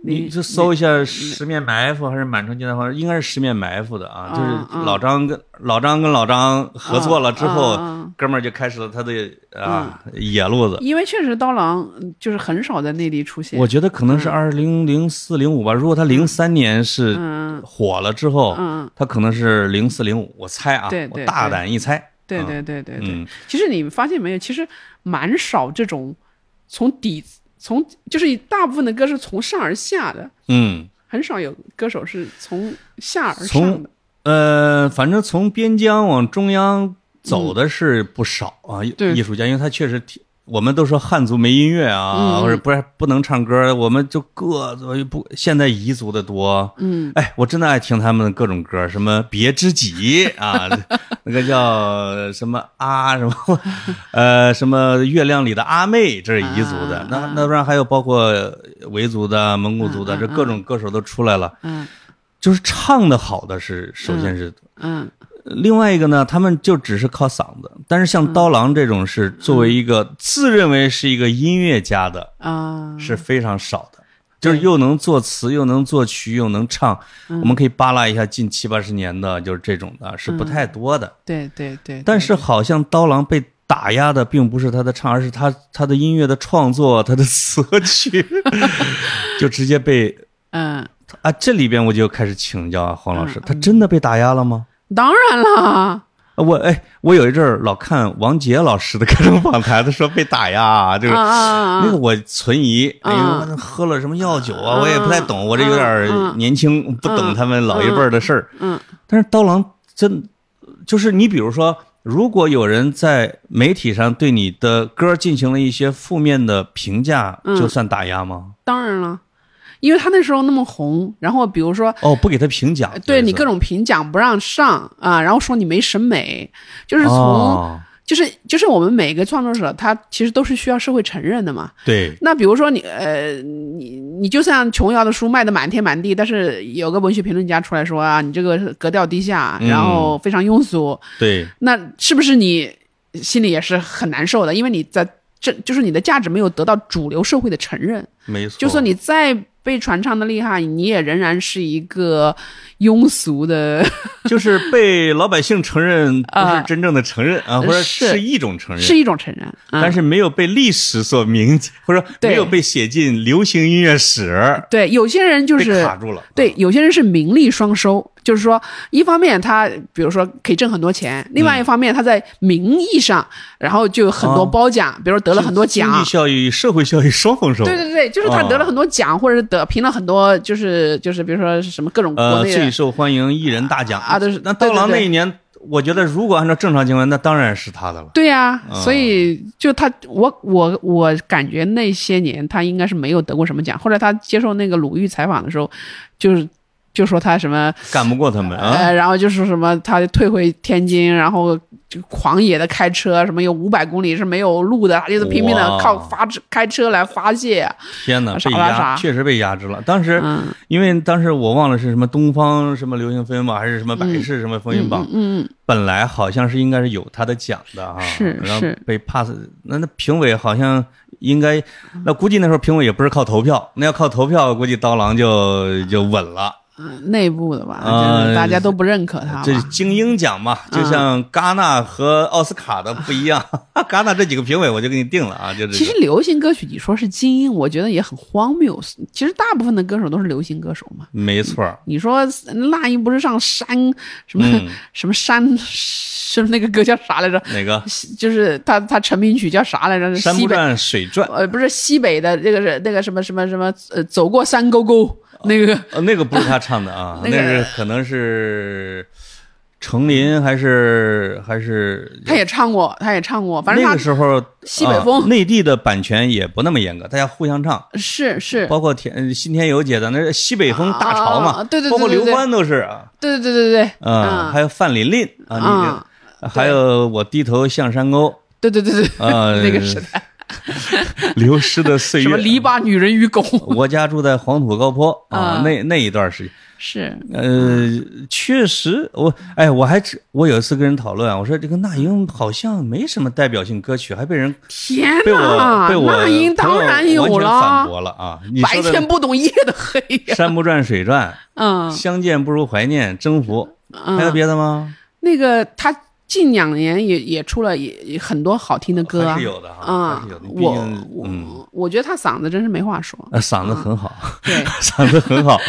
A: 你
B: 你
A: 就搜一下十面埋伏还是满城尽带黄，应该是十面埋伏的啊，就是老张跟老张跟老张合作了之
B: 嗯嗯
A: 后
B: 嗯，
A: 哥们儿就开始了他的啊野路子。
B: 因为确实刀郎嗯就是很少在内地出现。
A: 我觉得可能是二零零四零五吧，如果他零三年是
B: 嗯，
A: 火了之后，
B: 嗯
A: 他可能是零四零五，我猜啊
B: 对，
A: 我
B: 对
A: 大
B: 对
A: 胆一猜，
B: 对对对对对。
A: 嗯
B: 其实你发现没有，其实蛮少这种从底从就是大部分的歌是从上而下的，
A: 嗯。
B: 很少有歌手是从下而上
A: 从
B: 的。
A: 呃，反正从边疆往中央走的是不少啊，艺
B: 嗯对
A: 艺术家，因为他确实挺，我们都说汉族没音乐啊，
B: 嗯嗯
A: 或者不是不能唱歌，我们就各不现在彝族的多。
B: 嗯，
A: 哎，我真的爱听他们的各种歌，什么别知己啊， 那个叫什么啊什么，呃，什么月亮里的阿妹，这是彝族的。
B: 啊
A: 那
B: 啊
A: 那不然还有包括维族的、蒙古族的，
B: 嗯嗯
A: 这各种歌手都出来了。
B: 嗯
A: 就是唱的好的是，首先是
B: 嗯
A: 另外一个呢，他们就只是靠嗓子，但是像刀郎这种是作为一个自认为是一个音乐家的，
B: 啊，
A: 是非常少的，就是又能作词，又能作曲，又能唱。我们可以扒拉一下近七八十年的，就是这种的，是不太多的。
B: 对对对。
A: 但
B: 对
A: 是好像刀郎被打压的并不是他的唱，而是他他的音乐的创作，他的词曲 就直接被
B: 嗯，
A: 啊，这里边我就开始请教啊，黄老师，他真的被打压了吗？
B: 当然啦，
A: 啊我哎，我有一阵儿老看王杰老师的各种访谈，他说被打压， 就是、
B: 啊啊啊
A: 那个我存疑，哎
B: 啊
A: 呦，喝了什么药酒啊，
B: 啊
A: 我也不太懂，我这有点儿
B: 啊
A: 年轻，不懂他们老一辈儿的事儿。
B: 嗯
A: 但是刀郎真就是你，比如说，如果有人在媒体上对你的歌进行了一些负面的评价，
B: 嗯
A: 就算打压吗？
B: 当然了，因为他那时候那么红，然后比如说
A: 哦，不给他评奖，
B: 对你
A: 各
B: 各
A: 种
B: 种评奖不让上啊，然后说你没审美，就是从、
A: 哦、
B: 就是就是我们每个创作者他其实都是需要社会承认的嘛。
A: 对
B: 那比如说你呃你你就像琼瑶的书卖的满天满地，但是有个文学评论家出来说啊，你这个是格调低下，
A: 嗯
B: 然后非常庸俗，
A: 对，
B: 那是不是你心里也是很难受的？因为你在这就是你的价值没有得到主流社会的承认。
A: 没错，
B: 就算你再被传唱的厉害，你也仍然是一个庸俗的，
A: 就是被老百姓承认不是
B: 啊
A: 真正的承认啊，或者
B: 是
A: 是一种承认，
B: 是一种承认。嗯、
A: 但是没有被历史所铭记，或者
B: 对
A: 没有被写进流行音乐史，
B: 对有些人就
A: 被
B: 是
A: 卡住了。啊
B: 对有些人是名利双收，就是说，一方面他比如说可以挣很多钱，另外一方面他在名义上，然后就有很多
A: 嗯哦
B: 褒奖，比如说得了很多奖，
A: 经济效益、社会效益双丰收。
B: 对对对，就是他
A: 哦
B: 得了很多奖，或者是得评了很多，就是就是比如说是什么各种国
A: 呃，
B: 内
A: 最
B: 的，
A: 受欢迎艺人大奖
B: 啊都是
A: 那刀
B: 对对
A: 郎那
B: 对
A: 一年，我觉得如果按照正常情况，那当然是他的了。
B: 对呀、
A: 嗯
B: 所以就他，我我我感觉那些年他应该是没有得过什么奖。后来他接受那个鲁豫采访的时候，就是就说他什么
A: 干不过他们啊！
B: 呃，然后就说什么他退回天津，然后就狂野的开车，什么有五百公里是没有路的，他就是拼命的
A: 哇
B: 靠发开车来发泄。
A: 天哪，
B: 啥
A: 被
B: 啥
A: 压，
B: 啥
A: 确实被压制了。当时
B: 嗯
A: 因为当时我忘了是什么东方什么流行风云榜，还是什么百事什么风云榜，
B: 嗯，
A: 本来好像是应该是有他的奖的啊，
B: 是
A: 然后
B: 是
A: 被 pass，那那评委好像应该，那估计那时候评委也不是靠投票，那要靠投票，估计刀郎就就稳了。
B: 嗯内部的吧，
A: 啊
B: 就是大家都不认可他吧。
A: 这是精英奖嘛，
B: 嗯
A: 就像戛纳和奥斯卡的不一样， 戛纳这几个评委我就给你定了啊，就这
B: 其实
A: 个。
B: 流行歌曲，你说是精英，我觉得也很荒谬。其实大部分的歌手都是流行歌手嘛。
A: 没错儿，
B: 你说那英不是上山什么、
A: 嗯
B: 什么山， 什么那个歌叫啥来着？
A: 哪个
B: 就是他他成名曲叫啥来着？
A: 山
B: 西
A: 不
B: 北
A: 转水转，
B: 呃不是西北的这个是那个什么什么什么呃走过山沟沟那个
A: 呃，那个不是他唱的啊，那
B: 那个
A: 是可能是程琳还是还是
B: 他也唱过他也唱过，反正
A: 那
B: 他
A: 个时候
B: 西北风
A: 啊内地的版权也不那么严格，大家互相唱，
B: 是是
A: 包括田呃新田友姐的那是西北风大潮嘛，
B: 啊对对对
A: 包括
B: 对
A: 刘
B: 对
A: 欢都是啊，
B: 对对对对对
A: 啊，还有范琳琳啊，
B: 啊
A: 那个还有我低头向山沟
B: 对对对对
A: 啊，
B: 那个时代
A: 流失的岁
B: 什么
A: 月。啊
B: 篱笆女人与狗，
A: 我家住在黄土高坡啊，
B: 啊
A: 那那一段时间，
B: 是
A: 呃，确实，我哎，我还只我有一次跟人讨论啊，我说这个那英好像没什么代表性歌曲，还被人
B: 天
A: 被我
B: 哪，
A: 被我
B: 啊那英当然
A: 朋友
B: 有
A: 完全反
B: 了，
A: 驳了啊！你
B: 白
A: 说
B: 天
A: 的
B: 不懂夜的黑 呀，
A: 山不转水转，
B: 嗯
A: 相见不如怀念，征服，还有
B: 嗯，
A: 别的吗？
B: 那个他近两年也也出了也也很多好听的歌啊，
A: 哦还是有的哈，
B: 啊
A: 还是有的。，毕
B: 我
A: 竟，嗯，
B: 我我觉得他嗓子真是没 话说，
A: 呃嗓子很好，
B: 对，
A: 嗓子很好。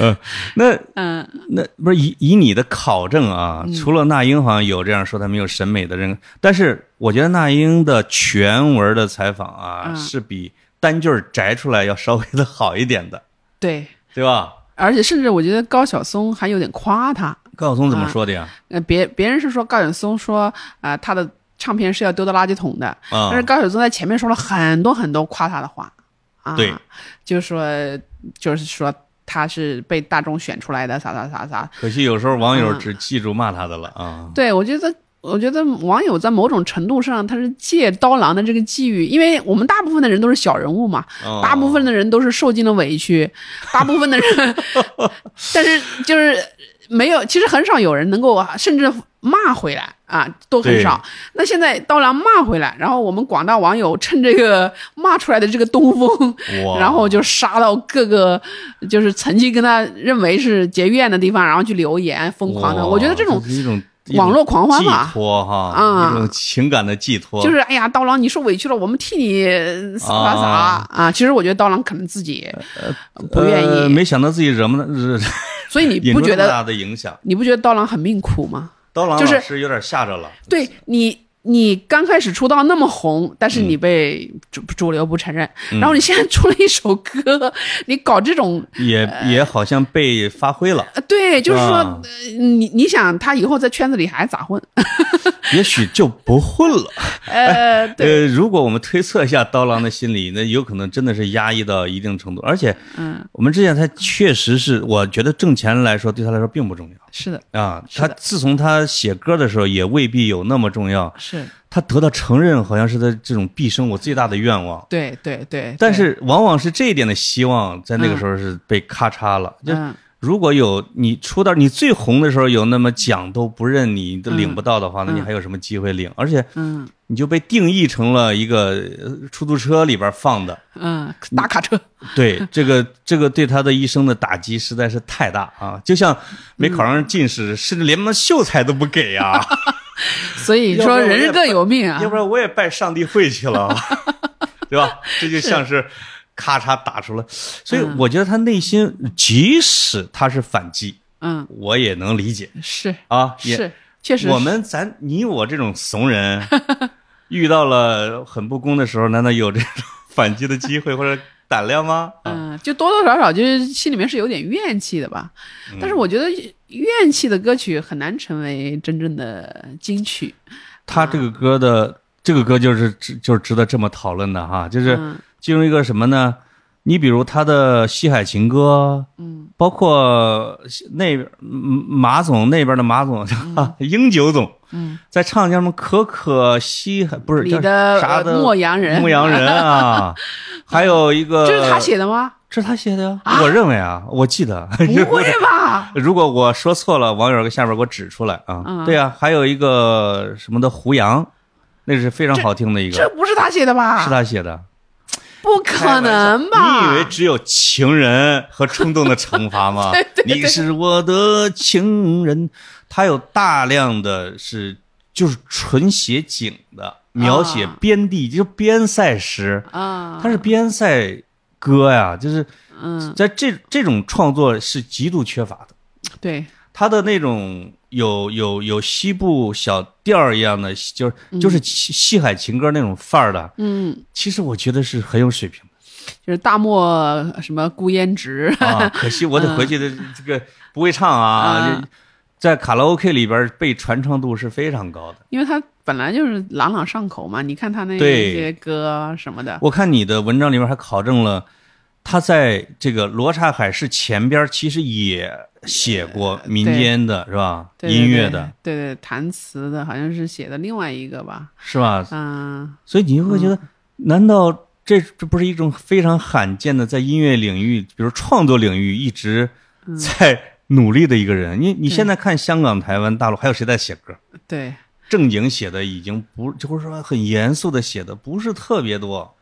A: 嗯，那
B: 嗯，
A: 那不是以以你的考证啊，除了那英好像有这样说她没有审美的人，但是我觉得那英的全文的采访啊，
B: 嗯
A: 是比单句儿摘出来要稍微的好一点的，
B: 对，
A: 对吧？
B: 而且甚至我觉得高晓松还有点夸他，
A: 高晓松怎么说的呀？
B: 呃，别别人是说高晓松说啊、呃他的唱片是要丢到垃圾桶的，
A: 啊
B: 但是，高晓松在前面说了很多很多夸他的话，啊，
A: 对，
B: 就说就是说他是被大众选出来的，啥啥啥啥，
A: 可惜有时候网友
B: 嗯
A: 只记住骂他的了啊。
B: 对我觉得。我觉得网友在某种程度上，他是借刀郎的这个际遇，因为我们大部分的人都是小人物嘛，
A: 哦
B: 大部分的人都是受尽了 委屈，大部分的人， 但是就是没有，其实很少有人能够甚至骂回来啊，都很少。那现在刀郎骂回来，然后我们广大网友趁这个骂出来的这个东风，
A: 哇，
B: 然后就杀到各个就是曾经跟他认为是结怨的地方，然后去留言疯狂的。
A: 哇
B: 我觉得这种
A: 是一种
B: 网络狂欢
A: 寄
B: 吧。
A: 托哈，
B: 啊
A: 一种情感的寄托，
B: 就是哎呀，刀郎，你受委屈了，我们替你啥啥啥
A: 啊
B: 啊！其实我觉得刀郎可能自己不愿意，
A: 呃没想到自己惹么惹
B: 所以你
A: 呃引
B: 不
A: 出这
B: 觉
A: 么
B: 得
A: 大的影响。
B: 你不觉得刀郎很命苦吗？
A: 刀郎
B: 就是
A: 老师有点吓着了，
B: 对你，你刚开始出道那么红，但是你
A: 嗯
B: 被主主流不承认，然后你现在出了一首歌，你搞这种，
A: 也也好像被发挥 了。
B: 呃对，就是说，
A: 啊
B: 呃你你想他以后在圈子里还咋 混？
A: 也许就不混了。
B: 呃， 对，
A: 呃，如果我们推测一下刀郎的心理，那有可能真的是压抑到一定程度。而且，嗯，我们之前他确实是，我觉得挣钱来说对他来说并不重要
B: 是的，
A: 啊。
B: 是
A: 他
B: 的
A: 自从他写歌的时候，也未必有那么重要。
B: 是
A: 他得到承认，好像是他这种毕生我最大的愿望。
B: 对对对，
A: 但
B: 对
A: 是，往往是这一点的希望，在那个时候是被咔嚓了。就
B: 嗯，
A: 如果有你出道，你最红的时候有那么奖都不认你，你都领不到的话，那你还有什么机会领？而且，
B: 嗯
A: 你就被定义成了一个呃出租车里边放 的。
B: 嗯，大卡车，
A: 对，这个这个对他的一生的打击实在是太大啊！就像没考上进士，甚至连么秀才都不给啊呀、
B: 所以
A: 要不
B: 说
A: 然我
B: 人
A: 也
B: 是各有命啊
A: 要。不然我也拜上帝会去 了，对吧？这就像是咔嚓打出了，所以
B: 嗯
A: 我觉得他内心即使他是反击，
B: 嗯，
A: 我也能理解
B: 是
A: 啊，也
B: 是，确实
A: 我
B: 是
A: 们咱你我这种怂人， 遇到了很不公的时候，难道有这种反击的机会或者胆量吗？啊，
B: 嗯，就多多少少就是心里面是有点怨气的吧。
A: 嗯
B: 但是我觉得怨气的歌曲很难成为真正的金曲。
A: 他这个歌
B: 嗯
A: 的这个歌就是值就是值得这么讨论的哈，就是
B: 嗯
A: 进入一个什么呢？你比如他的《西海情歌》，嗯，包括那边嗯马总那边的马总， 英九总，
B: 嗯，
A: 在唱叫什么可可西海不是
B: 你
A: 叫
B: 的
A: 啥
B: 呃
A: 的
B: 牧羊人，
A: 牧羊人 啊，还有一个
B: 这是他写的吗？
A: 这是他写的呀、我认为啊，我记得。
B: 不会吧？
A: 如果我说错了，网友在下面给我指出来啊。
B: 嗯
A: 对啊，还有一个什么的胡杨，那是非常好听的一个，
B: 这不是他写的吧？
A: 是他写的。
B: 不可能吧？
A: 你以为只有情人和冲动的惩罚 吗？你是我的情人，他有大量的是就是纯写景的描写
B: 啊
A: 边地，就是边塞诗，
B: 啊？
A: 它是边塞歌呀，就是。
B: 嗯，
A: 在这这种创作是极度缺乏的。
B: 对，
A: 他的那种有有有西部小调儿一样的，就是就是西西海情歌那种范儿的，
B: 嗯，
A: 其实我觉得是很有水平
B: 就是大漠什么孤烟直，
A: 的 啊。可惜我得
B: 嗯
A: 回去的这个不会唱啊，
B: 啊
A: 就在卡拉 OK 里边被传唱度是非常高的。
B: 因为他本来就是朗朗上口嘛。你看他那
A: 对
B: 些歌啊什么的，
A: 我看你的文章里面还考证了。他在这个罗刹海市前边，其实也写过民
B: 对
A: 间的，是吧？
B: 对对
A: 音乐
B: 对
A: 的，
B: 对对，弹词的，好像是写的另外一个吧？
A: 是吧？
B: 嗯，
A: 所以你会觉得难道这这不是一种非常罕见的，在音乐领域，比如创作领域一直在努力的一个人？你你现在看香港、台湾、大陆，还有谁在写歌？
B: 对，
A: 正经写的已经不，就是说很严肃的写的不是特别多。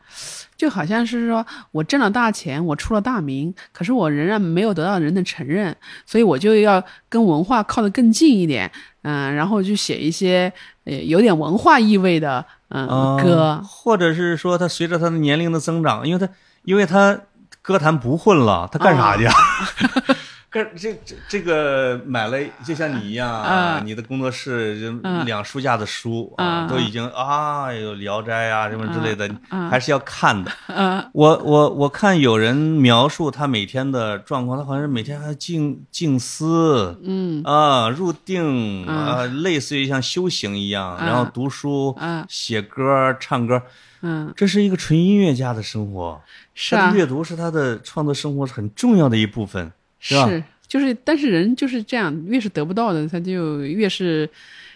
B: 就好像是说我挣了大钱，我出了大名，可是我仍然没有得到人的承认，所以我就要跟文化靠得更近一点，嗯、然后就写一些呃有点文化意味的嗯、
A: 啊
B: 歌，
A: 或者是说他随着他的年龄的增长，因为他因为他歌坛不混了，他干
B: 哦
A: 啥去？啊？ 干这这这个买了，就像你一样
B: 啊
A: 你的工作室就
B: 啊
A: 两书架子书
B: 啊
A: 都已经啊有《聊斋》啊什么之类的，
B: 啊
A: 还是要看的。
B: 呃
A: 我我我看有人描述他每天的状况，他好像是每天还要静静思，
B: 嗯
A: 啊，入定
B: 嗯
A: 啊，类似于像修行一样，
B: 嗯
A: 然后读书、
B: 嗯
A: 写歌、唱歌，
B: 嗯，
A: 这是一个纯音乐家的生活。
B: 是
A: 他
B: 啊
A: 的，阅读是他的创作生活很重要的一部分。是吧
B: 是就是，但是人就是这样，越是得不到的，他就越是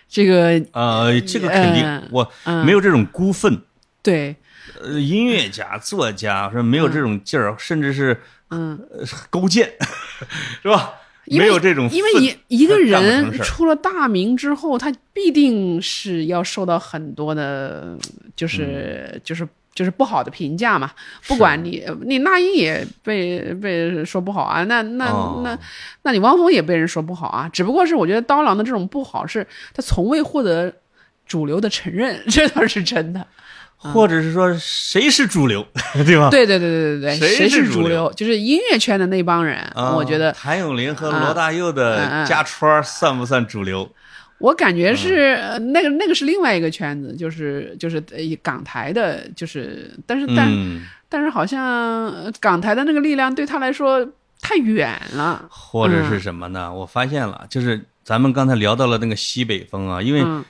B: 这个
A: 呃，这个肯定，
B: 嗯
A: 我
B: 嗯
A: 没有这种孤愤。
B: 对，
A: 呃，音乐家、作家是没有这种劲儿，甚至是
B: 嗯。
A: 呃勾践， 是吧？
B: 因为
A: 没有这种
B: 因为
A: 愤
B: 一一个
A: 干不成
B: 人
A: 事儿
B: 出了大名之后，他必定是要受到很多的，
A: 嗯
B: 就是、就是就是不好的评价嘛。不管你你那英也被被说不好啊，那那、
A: 哦
B: 那那你汪峰也被人说不好啊。只不过是我觉得刀郎的这种不好是他从未获得主流的承认， 这倒是真的。嗯
A: 或者是说谁是主流， 对吧？
B: 对对对对对对，
A: 啊谁
B: 谁
A: 是
B: 是
A: 主
B: 主
A: 流
B: 流？就是音乐圈的那帮人，
A: 啊，
B: 我觉得啊
A: 谭咏麟和罗大佑的
B: 嗯嗯
A: 加川儿算不算主流？
B: 我
A: 嗯
B: 感觉是、呃那个那个是另外一个圈子，就是就是呃港台的，就是但是但、
A: 嗯，
B: 但是好像呃港台的那个力量对他来说太远了。
A: 或者
B: 嗯
A: 是什么呢？我发现了，就是咱们刚才聊到了那个西北风啊，因为
B: 嗯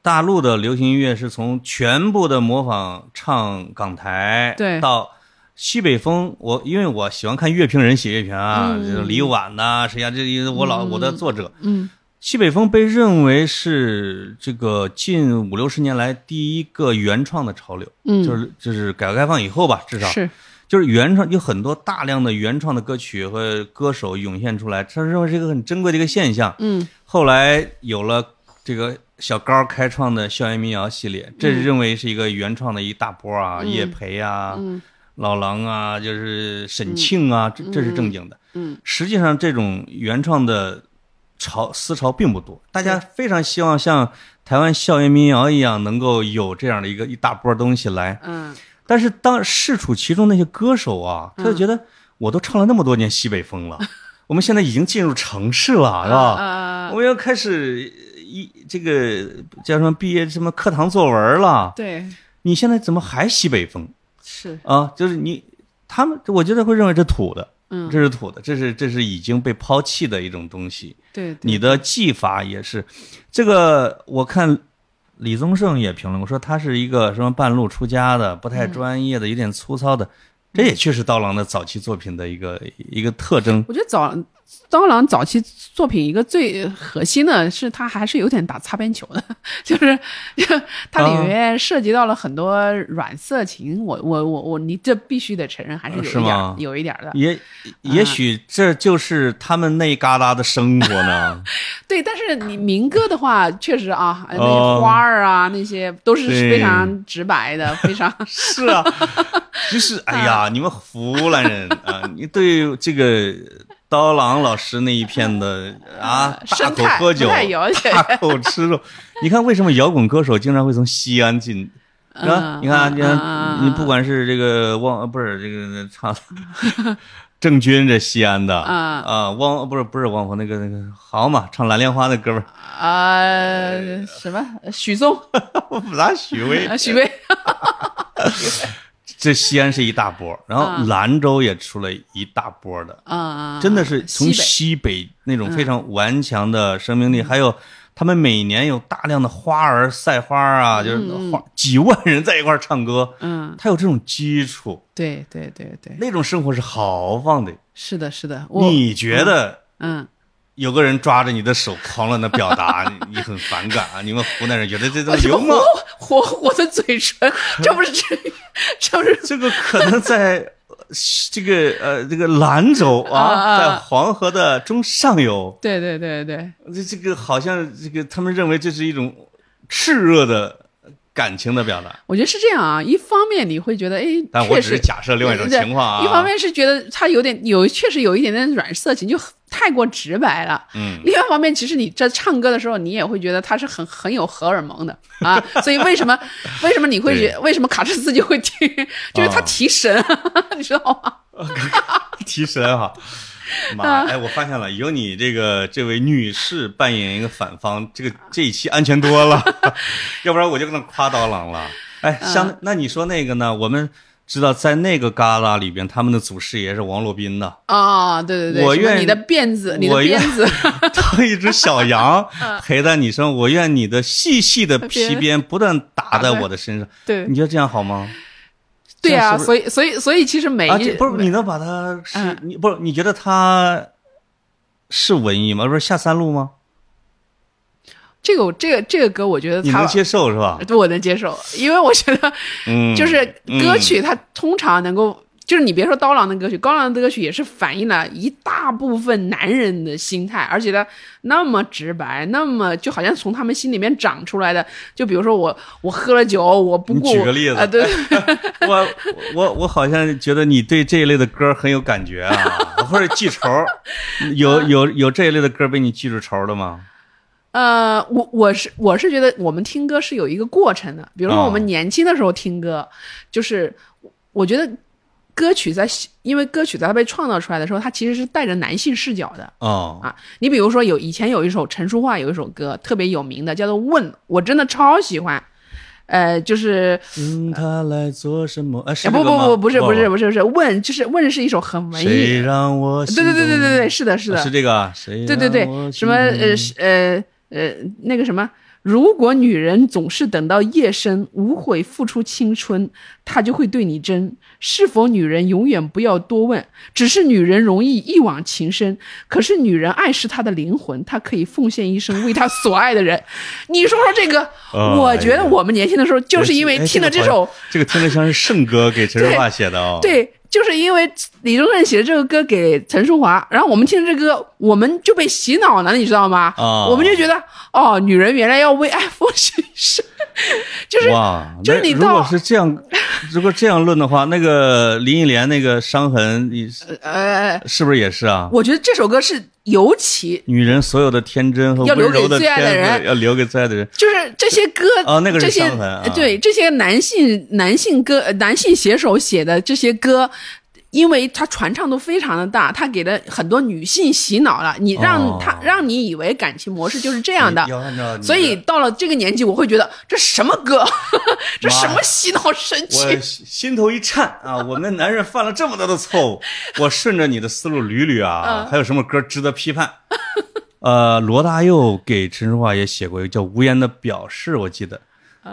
A: 大陆的流行音乐是从全部的模仿唱港台，
B: 对
A: 到西北风。我因为我喜欢看乐评人写乐评啊，
B: 嗯
A: 就是李婉呐、谁呀、这这我老、我的作者。
B: 嗯
A: 西北风被认为是这个近五六十年来第一个原创的潮流，
B: 嗯，
A: 就是就是改革开放以后吧，至少
B: 是
A: 就是啊原创有很多大量的原创的歌曲和歌手涌现出来，他认为是一个很珍贵的一个现象。
B: 嗯
A: 后来有了这个小高开创的校园民谣系列，这认为是一个原创的一大波啊，
B: 嗯
A: 叶培啊、
B: 嗯
A: 老狼啊，就是沈庆啊，这这是正经的。
B: 嗯
A: 实际上，这种原创的潮思潮并不多，大家非常希望像台湾校园民谣一样，能够有这样的一个一大波东西来。
B: 嗯
A: 但是当身处其中那些歌手啊，他就觉得我都唱了那么多年西北风了，我们现在已经进入城市了，是吧？
B: 啊、
A: 我们要开始一这个叫什么毕业什么课堂作文了？
B: 对
A: 你现在怎么还西北风
B: 是
A: 啊？就是你他们，我觉得会认为这土的，
B: 嗯
A: 这是土的，这是这是已经被抛弃的一种东西。
B: 对对
A: 你的技法也是，这个我看李宗盛也评论过，说他是一个什么半路出家的，不太专业的，有点粗糙的。这也确实刀郎的早期作品的一个一个特征。
B: 我觉得早刀郎早期作品一个最核心的是，他还是有点打擦边球的， 就是就它
A: 啊
B: 里面涉及到了很多软色情，我我我我，你这必须得承认，还是
A: 哦
B: 有
A: 是
B: 一点
A: 吗
B: 儿有一点儿的。
A: 也也许这就是他们那一旮旯的生活呢。
B: 对，但是你民歌的话，确实啊，呃那
A: 哦
B: 些花儿啊，那些都是
A: 对
B: 非常直白
A: 哦
B: 的，非常
A: 是啊，就是哎
B: 啊
A: 呀，你们湖南人 啊，你对这个刀郎老师那一片的啊，大
B: 生
A: 口
B: 态
A: 喝
B: 不
A: 酒，
B: 太 了解。
A: 大口吃肉。你看为什么摇滚歌手经常会从西安进？是吧？
B: 嗯
A: 你看，你看，
B: 嗯
A: 你不管是这个汪，不是这个唱郑钧这西安的
B: 嗯
A: 啊，汪不是不是汪峰那个那个好嘛，唱蓝莲花的哥们儿，
B: 呃，什么许嵩、
A: 我 拿许 巍
B: 呃许 巍，
A: 这西安是一大波，然后
B: 嗯
A: 兰州也出了一大波的，
B: 啊，
A: 真的是从
B: 西北嗯
A: 西北那种非常顽强的生命力，还有他们每年有大量的花儿赛花啊，就是花几万人在一块儿唱歌，
B: 嗯，
A: 他有这种基础，
B: 对对对对，
A: 那种生活是豪放的。
B: 是的，是的，我
A: 你觉得
B: 嗯
A: 有个人抓着你的手狂乱的表 达，你你很反感啊！你们湖南人觉得这都
B: 我
A: 是
B: 怎
A: 流
B: 么
A: 氓，
B: 活活活的嘴唇，这不是至于， 这不是
A: 这个可能在呃这个呃这个兰州
B: 啊
A: 啊，
B: 啊
A: 在黄河的中上游，
B: 对对对对，
A: 这这个好像这个他们认为这是一种炽热的感情的表达，
B: 我觉得是这样啊。一方面你会觉得，哎，
A: 但我
B: 确
A: 只是
B: 实
A: 假设另外一种
B: 对
A: 情况啊。
B: 一方，面是觉得他有点有，确实有一点点软色情，就很太过直白了。
A: 嗯，
B: 另外一方面，其实你在唱歌的时候，你也会觉得他是很很有荷尔蒙的啊。所以为什么 为什么你会觉为什么卡车司机会听，就是
A: 啊
B: 他提神，啊 你知道吗？
A: 提神哈。妈，
B: 嗯
A: 哎，我发现了，有你这个这位女士扮演一个反方，这个这一期安全多 了，要不然我就跟他夸刀郎了。哎，像、
B: 嗯
A: 那你说那个呢？我们知道在那个旮旯里边，他们的祖师爷是王洛宾 的，
B: 啊，对对对，
A: 我
B: 什么
A: 愿
B: 你的辫子，你的
A: 我愿
B: 辫子，
A: 当一只小羊
B: 嗯
A: 陪在你身上，我愿你的细细的皮鞭不断打在我的身上。
B: 对
A: 你觉得这样好吗？
B: 对
A: 这样
B: 啊，
A: 是不是
B: 所以所以所以其实每
A: 啊，
B: 一
A: 这不是你能把它是
B: 嗯
A: 你不是你觉得它是文艺吗？不是下三路吗？
B: 这个我这个这个歌，我觉得
A: 你
B: 他
A: 能接受是吧？
B: 我能接受，因为我觉得
A: 嗯，
B: 就是歌
A: 嗯
B: 曲它通常能够。就是你别说刀郎的歌曲，高郎的歌曲也是反映了一大部分男人的心态，而且他那么直白，那么就好像从他们心里面长出来的。就比如说我，我喝了酒，我不
A: 你
B: 顾
A: 举个例子
B: 啊、对，
A: 我我我好像觉得你对这一类的歌很有感觉啊，或者记仇，有有有这一类的歌被你记住仇的吗？
B: 呃，我我是我是觉得我们听歌是有一个过程的，比如说
A: 哦
B: 我们年轻的时候听歌，就是我觉得歌曲在因为歌曲在它被创造出来的时候，它其实是带着男性视角的。
A: 哦，
B: 啊，你比如说有以前有一首陈淑桦有一首歌特别有名的，叫做《问》，我真的超喜欢。呃，就是
A: 嗯，他来做什么？哎，是
B: 哎
A: 这
B: 不
A: 个
B: 不
A: 吗
B: 不不是不是不是不是问，就是问是一种很文
A: 谁
B: 艺，
A: 让我
B: 对对对对对对，是的是
A: 是
B: 的，
A: 是这个啊，谁
B: 对对
A: 让
B: 对，
A: 我
B: 什
A: 心
B: 么呃
A: 动
B: 是呃呃那个什么，如果女人总是等到夜深无悔付出青春，她就会对你真。是否女人永远不要多问，只是女人容易一往情深。可是女人爱是她的灵魂，她可以奉献一生为她所爱的人。你说说这个，
A: 哦
B: 我
A: 哎
B: 觉得
A: 呀
B: 我们年轻的时候就是因为
A: 哎
B: 听了这
A: 个好
B: 首。
A: 像这个听着像是圣歌给陈淑桦写的哦，，
B: 对，就是因为李宗盛写的这个歌给陈淑桦，然后我们听这个歌，我们就被洗脑了，你知道吗？
A: 啊
B: 我们就觉得哦，女人原来要为爱奉献一生，就是
A: 哇，
B: 就是
A: 那
B: 你
A: 如果
B: 到
A: 是这样，如果这样论的话，那个林忆莲那个伤痕，你
B: 呃，
A: 是不是也是啊？
B: 我觉得这首歌是尤其
A: 女人所有的天真和
B: 要
A: 温
B: 留给
A: 柔的
B: 最爱的
A: 天赋，
B: 人
A: 要留给最爱的人。
B: 就是这些歌
A: 哦那个是
B: 这些、
A: 伤痕啊
B: 对这些男性男性歌呃男性写手写的这些歌。因为它传唱度非常的大，它给了很多女性洗脑了。你让
A: 哦
B: 他、让你以为感情模式就是这样的，
A: 要按照你的
B: 所以到了这个年纪，我会觉得这什么歌， 这什么洗脑神
A: 我
B: 曲？
A: 心头一颤啊！我们男人犯了这么多的错 误，我顺着你的思路捋捋
B: 嗯
A: 啊，还有什么歌值得批判？ 呃，罗大佑给陈淑桦也写过一个叫《无言的表示》，我记得。
B: 嗯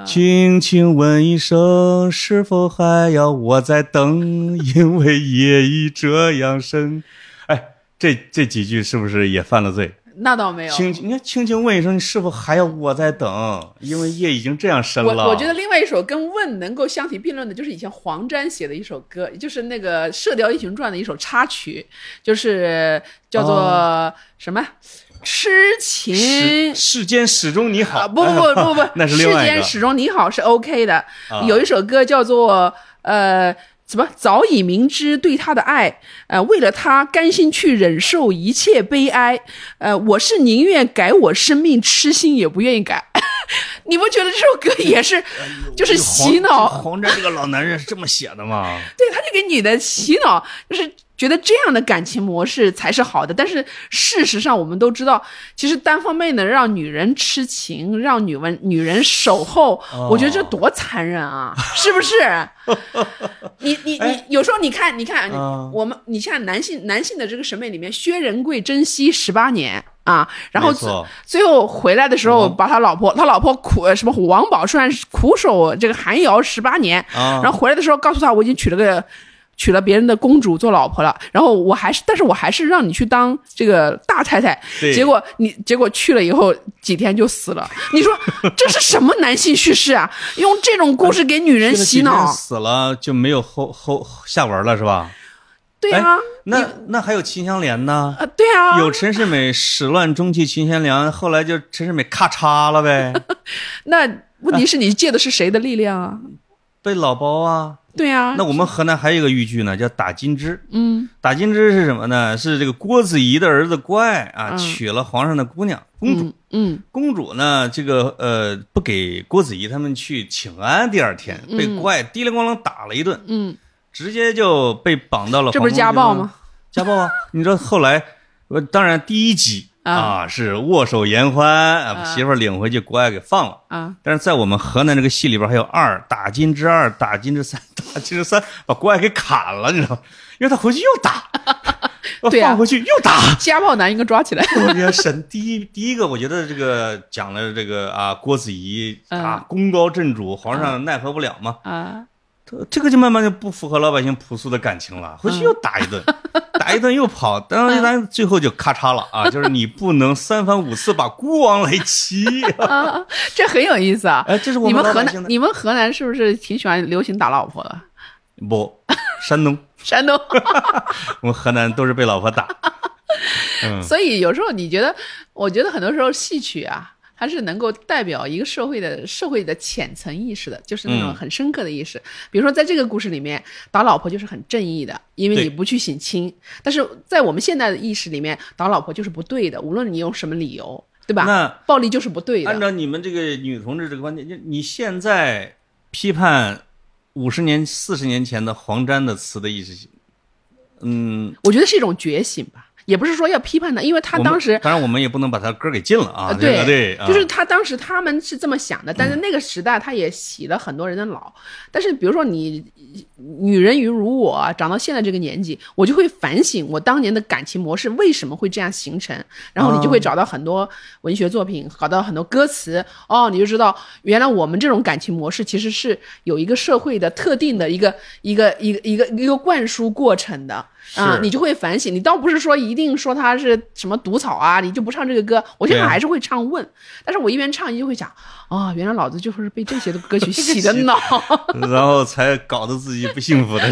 A: 轻轻问一声，是否还要我再等？因为夜已这样 深。哎，这这几句是不是也犯了罪？
B: 那倒没有。
A: 轻，你看，轻轻问一声，你是否还要我在等？因为夜已经这样深了。
B: 我我觉得另外一首跟《问》能够相提并论的，就是以前黄沾写的一首歌，就是那个《射雕英雄传》的一首插曲，就是叫做什么“痴情
A: 世”。世间始终你好
B: 嗯
A: 哎
B: 啊，不不不不不
A: ，那是
B: 世
A: 另外一个
B: 间始终你好是 OK 的。
A: 啊
B: 有一首歌叫做呃。什么？早已明知对他的爱，呃，为了他甘心去忍受一切悲哀，呃，我是宁愿改我生命痴心，也不愿意改。 你不觉得这首歌也
A: 哎
B: 是，就是洗脑
A: 黄黄沾这个老男人是这么写的吗？
B: 对，他就给你的洗脑，就是觉得这样的感情模式才是好的。但是事实上，我们都知道，其实单方面的让女人痴情，让女文女人守候，
A: 哦
B: 我觉得这多残忍啊！是不是？ 你你你，有时候你看，你看，你
A: 嗯
B: 我们你像男性男性的这个审美里面，薛仁贵珍惜十八年。啊，然后
A: 没
B: 最
A: 错
B: 最后回来的时候，把他老婆，他老婆苦什么王宝钏苦守这个寒窑十八年，
A: 啊
B: 然后回来的时候告诉他我已经娶了个娶了别人的公主做老婆了，然后我还是，但是我还是让你去当这个大太太，
A: 对
B: 结果你结果去了以后几天就死了。你说这是什么男性叙事啊？用这种故事给女人 洗
A: 这个几天
B: 脑？
A: 死了就没有后后下文了是吧？
B: 对啊
A: 哎，那那还有秦香莲呢？
B: 啊对啊，
A: 有陈世美始乱终弃秦香莲，后来就陈世美咔嚓了 呗，
B: 那问题是你借的是谁的力量啊？
A: 被老包啊。
B: 对啊，
A: 那我们河南还有一个豫剧呢，叫打金枝。
B: 嗯
A: 打金枝是什么呢？是这个郭子仪的儿子郭爱啊，
B: 嗯
A: 娶了皇上的姑娘公主。
B: 嗯嗯，
A: 公主呢，这个呃不给郭子仪他们去请安，第二天被郭爱叮铃咣啷打了一顿，
B: 嗯，
A: 直接就被绑到了。
B: 这不是家暴吗？？
A: 家暴啊！你知道后来，我当然第一集
B: 啊
A: 啊是握手言欢啊，把
B: 啊
A: 媳妇儿领回去，国外给放了。
B: 啊，
A: 但是在我们河南这个戏里边还有二打金之二打金之三 打金之三，把国外给砍了，你知道吗？因为他回去又 打，
B: 对啊
A: 放回去又打。
B: 家暴男应该抓起来。
A: 我觉得神第一第一个，我觉得这个讲了这个啊郭子仪啊
B: 嗯
A: 功高震主，皇上奈何不了嘛，
B: 啊，
A: 这这个就慢慢就不符合老百姓朴素的感情了，回去
B: 嗯
A: 又打一顿，打一顿又跑，当然咱最后就咔嚓了啊！就是你不能三番五次把孤王来 欺，
B: 这很有意思啊。
A: 哎，这是我
B: 你们
A: 老
B: 河
A: 百姓
B: 南，
A: 的
B: 你们河南是不是挺喜欢流行打老婆的？
A: 不，山东，
B: 山东，
A: 我们河南都是被老婆 打，嗯，
B: 所以有时候你觉得，我觉得很多时候戏曲啊，它是能够代表一个社会的社会的浅层意识的，就是那种
A: 嗯
B: 很深刻的意识。比如说，在这个故事里面，打老婆就是很正义的，因为
A: 对
B: 你不去省亲；但是在我们现在的意识里面，打老婆就是不对的，无论你用什么理由，对吧？
A: 那
B: 暴力就是不对
A: 按
B: 的。
A: 照你们这个女同志这个观点，就你现在批判五十年、四十年前的黄沾的词的意思，嗯，
B: 我觉得是一种觉醒吧，也不是说要批判他，因为他
A: 我们
B: 当时
A: 当然我们也不能把他歌给禁了啊，
B: 呃，
A: 这
B: 对
A: 个对，啊嗯
B: 就是他当时他们是这么想的，但是那个时代他也洗了很多人的脑。但是比如说你女人鱼如我啊长到现在这个年纪，我就会反省我当年的感情模式为什么会这样形成，然后你就
A: 啊
B: 会找到很多文学作品，搞到很多歌词，哦，你就知道原来我们这种感情模式其实是有一个社会的特定的一个一个一个一个一个灌输过程的。啊、
A: 是
B: 你就会反省。你倒不是说一定说他是什么毒草啊，你就不唱这个歌。我现
A: 对
B: 在
A: 啊
B: 还是会唱问，但是我一边唱一就会想，啊、原来老子就是被这些的 歌曲洗的脑。
A: 然啊后才搞得自己不幸福的。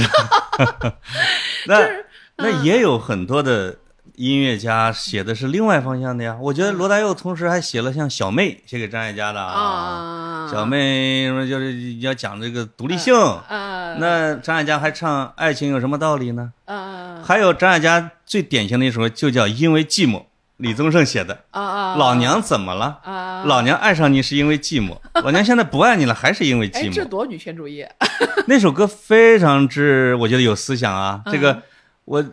A: 那
B: 嗯
A: 那也有很多的音乐家写的是另外方向的呀。我觉得罗大佑同时还写了像《小妹》，写给张艾嘉的啊。
B: 嗯啊，呃
A: 小妹什么就是要讲这个独立性，
B: 啊，
A: 那张艾嘉还唱《爱情有什么道理》呢？
B: 啊
A: 还有张艾嘉最典型的一首就叫《因为寂寞》，李宗盛写的。
B: 啊啊，
A: 老娘怎么了？
B: 啊，
A: 老娘爱上你是因为寂寞，老娘现在不爱你了，还是因为
B: 哎，
A: 寂寞
B: 这。多女权主义，
A: 啊那首歌非常之，我觉得有思想啊。这个我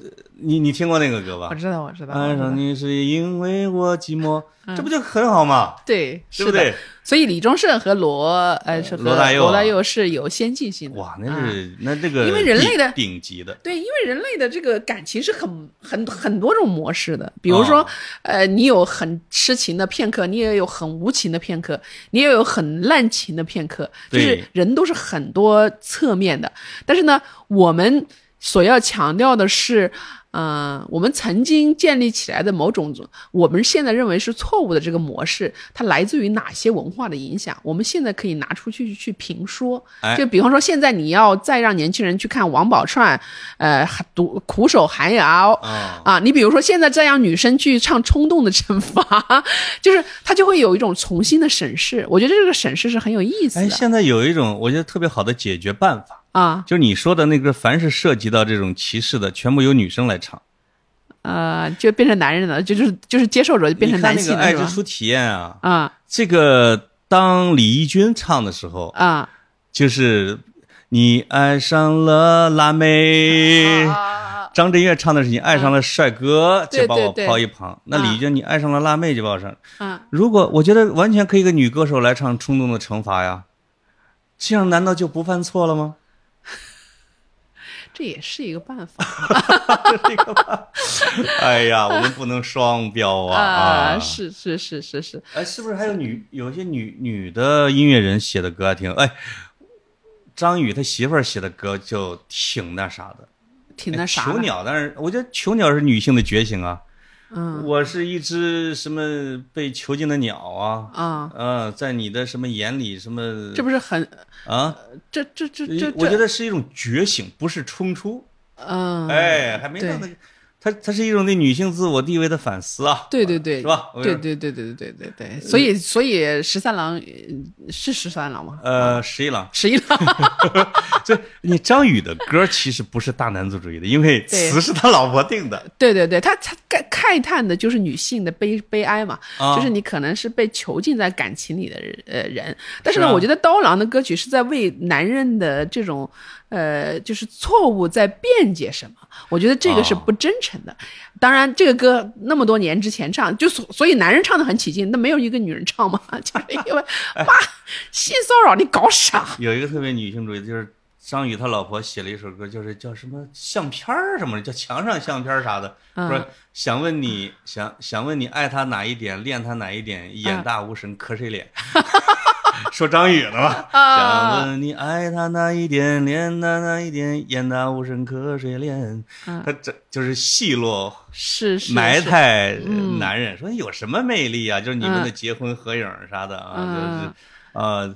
A: 你你听过那个歌吧
B: 嗯我？知道，我知道，我
A: 爱
B: 知道
A: 上你是因为我寂寞，这不就很好吗？
B: 对，
A: 对
B: 嗯是
A: 不
B: 的
A: 对？？
B: 所以李宗盛和罗呃是和
A: 罗大佑啊
B: 罗大佑是有先进性的。
A: 哇，
B: 啊
A: 那是那这个
B: 因为人类的
A: 顶顶级的，
B: 对，因为人类的这个感情是很很很多种模式的，比如说，
A: 哦
B: 呃，你有很痴情的片刻，你也有很无情的片刻，你也有很滥情的片刻，就是
A: 对
B: 人都是很多侧面的。但是呢，我们所要强调的是，嗯、我们曾经建立起来的某种我们现在认为是错误的这个模式，它来自于哪些文化的影响？我们现在可以拿出去去评说。
A: 哎
B: 就比方说，现在你要再让年轻人去看王宝钏，呃，独苦守寒窑。
A: 啊，
B: 啊，你比如说现在再让女生去唱《冲动的惩罚》， 就是她就会有一种重新的审视。我觉得这个审视是很有意思
A: 哎，
B: 的、
A: 现在有一种我觉得特别好的解决办法，
B: 啊。
A: 就是你说的那个，凡是涉及到这种歧视的，全部由女生来唱。
B: 呃，就变成男人了，就就是就是接受者就变成
A: 你看
B: 男
A: 那
B: 性
A: 个《
B: 了，
A: 爱
B: 是
A: 之
B: 吧？
A: 初体验》啊，
B: 啊
A: 这个当李翊君唱的时候，
B: 啊
A: 就是你爱上了辣妹。
B: 啊！
A: 张震岳唱的是你爱上了帅哥，
B: 对
A: 就把我
B: 对对
A: 抛一旁。那李军你爱上了辣妹，就把我上。
B: 啊
A: 如果我觉得完全可以一个女歌手来唱《冲动的惩罚》呀，这样难道就不犯错了 吗？
B: 这也是一个办法
A: 哎呀，我们不能双标啊！啊，
B: 是是是是是，
A: 哎，是不是还有女有一些女女的啊音乐人写的歌还挺哎？张宇他媳妇儿写的歌就挺那啥的，
B: 挺那啥
A: 囚
B: 的。
A: 鸟，但是我觉得囚鸟是女性的觉醒啊。
B: 嗯
A: 我是一只什么被囚禁的鸟啊，
B: 啊，
A: 呃，在你的什么眼里什么
B: 这不是很
A: 啊？
B: 这这这这
A: 我觉
B: 这
A: 得是一种觉醒，不是冲突。
B: 嗯
A: 哎，还没
B: 对
A: 到那个，它它是一种对女性自我地位的反思啊。
B: 对对对，
A: 是吧？我跟呃
B: 对
A: 你说
B: 对对对对对对，所以所以十三郎呃是十三郎吗？
A: 呃，十一郎，
B: 十一郎
A: 这你张宇的歌其实不是大男子主义的，因为
B: 对
A: 词是他老婆定的。
B: 对对对，他他慨慨叹的就是女性的悲悲哀嘛，
A: 啊
B: 就是你可能是被囚禁在感情里的人呃人，但是呢，
A: 是啊
B: 我觉得刀郎的歌曲是在为男人的这种呃就是错误在辩解什么，我觉得这个是
A: 哦
B: 不真诚的。当然，这个歌那么多年之前唱，就所所以男人唱的很起劲，那没有一个女人唱嘛， 就是因为妈性骚扰你搞啥？
A: 有一个特别女性主义的，就是张宇他老婆写了一首歌，就是叫什么相片儿什么的，叫墙上相片儿啥的，
B: 嗯
A: 说想问你想想问你爱他哪一点，恋他哪一点，
B: 嗯
A: 眼大无神，磕谁 脸？说张宇的嘛，
B: 啊
A: 想问你爱他哪一点，恋他哪一点，眼大无神，磕谁脸？
B: 嗯
A: 他这就是戏落
B: 是是
A: 埋
B: 是
A: 汰
B: 嗯
A: 男人，说有什么魅力啊？就是你们的结婚合影啥的啊，
B: 嗯
A: 就是呃，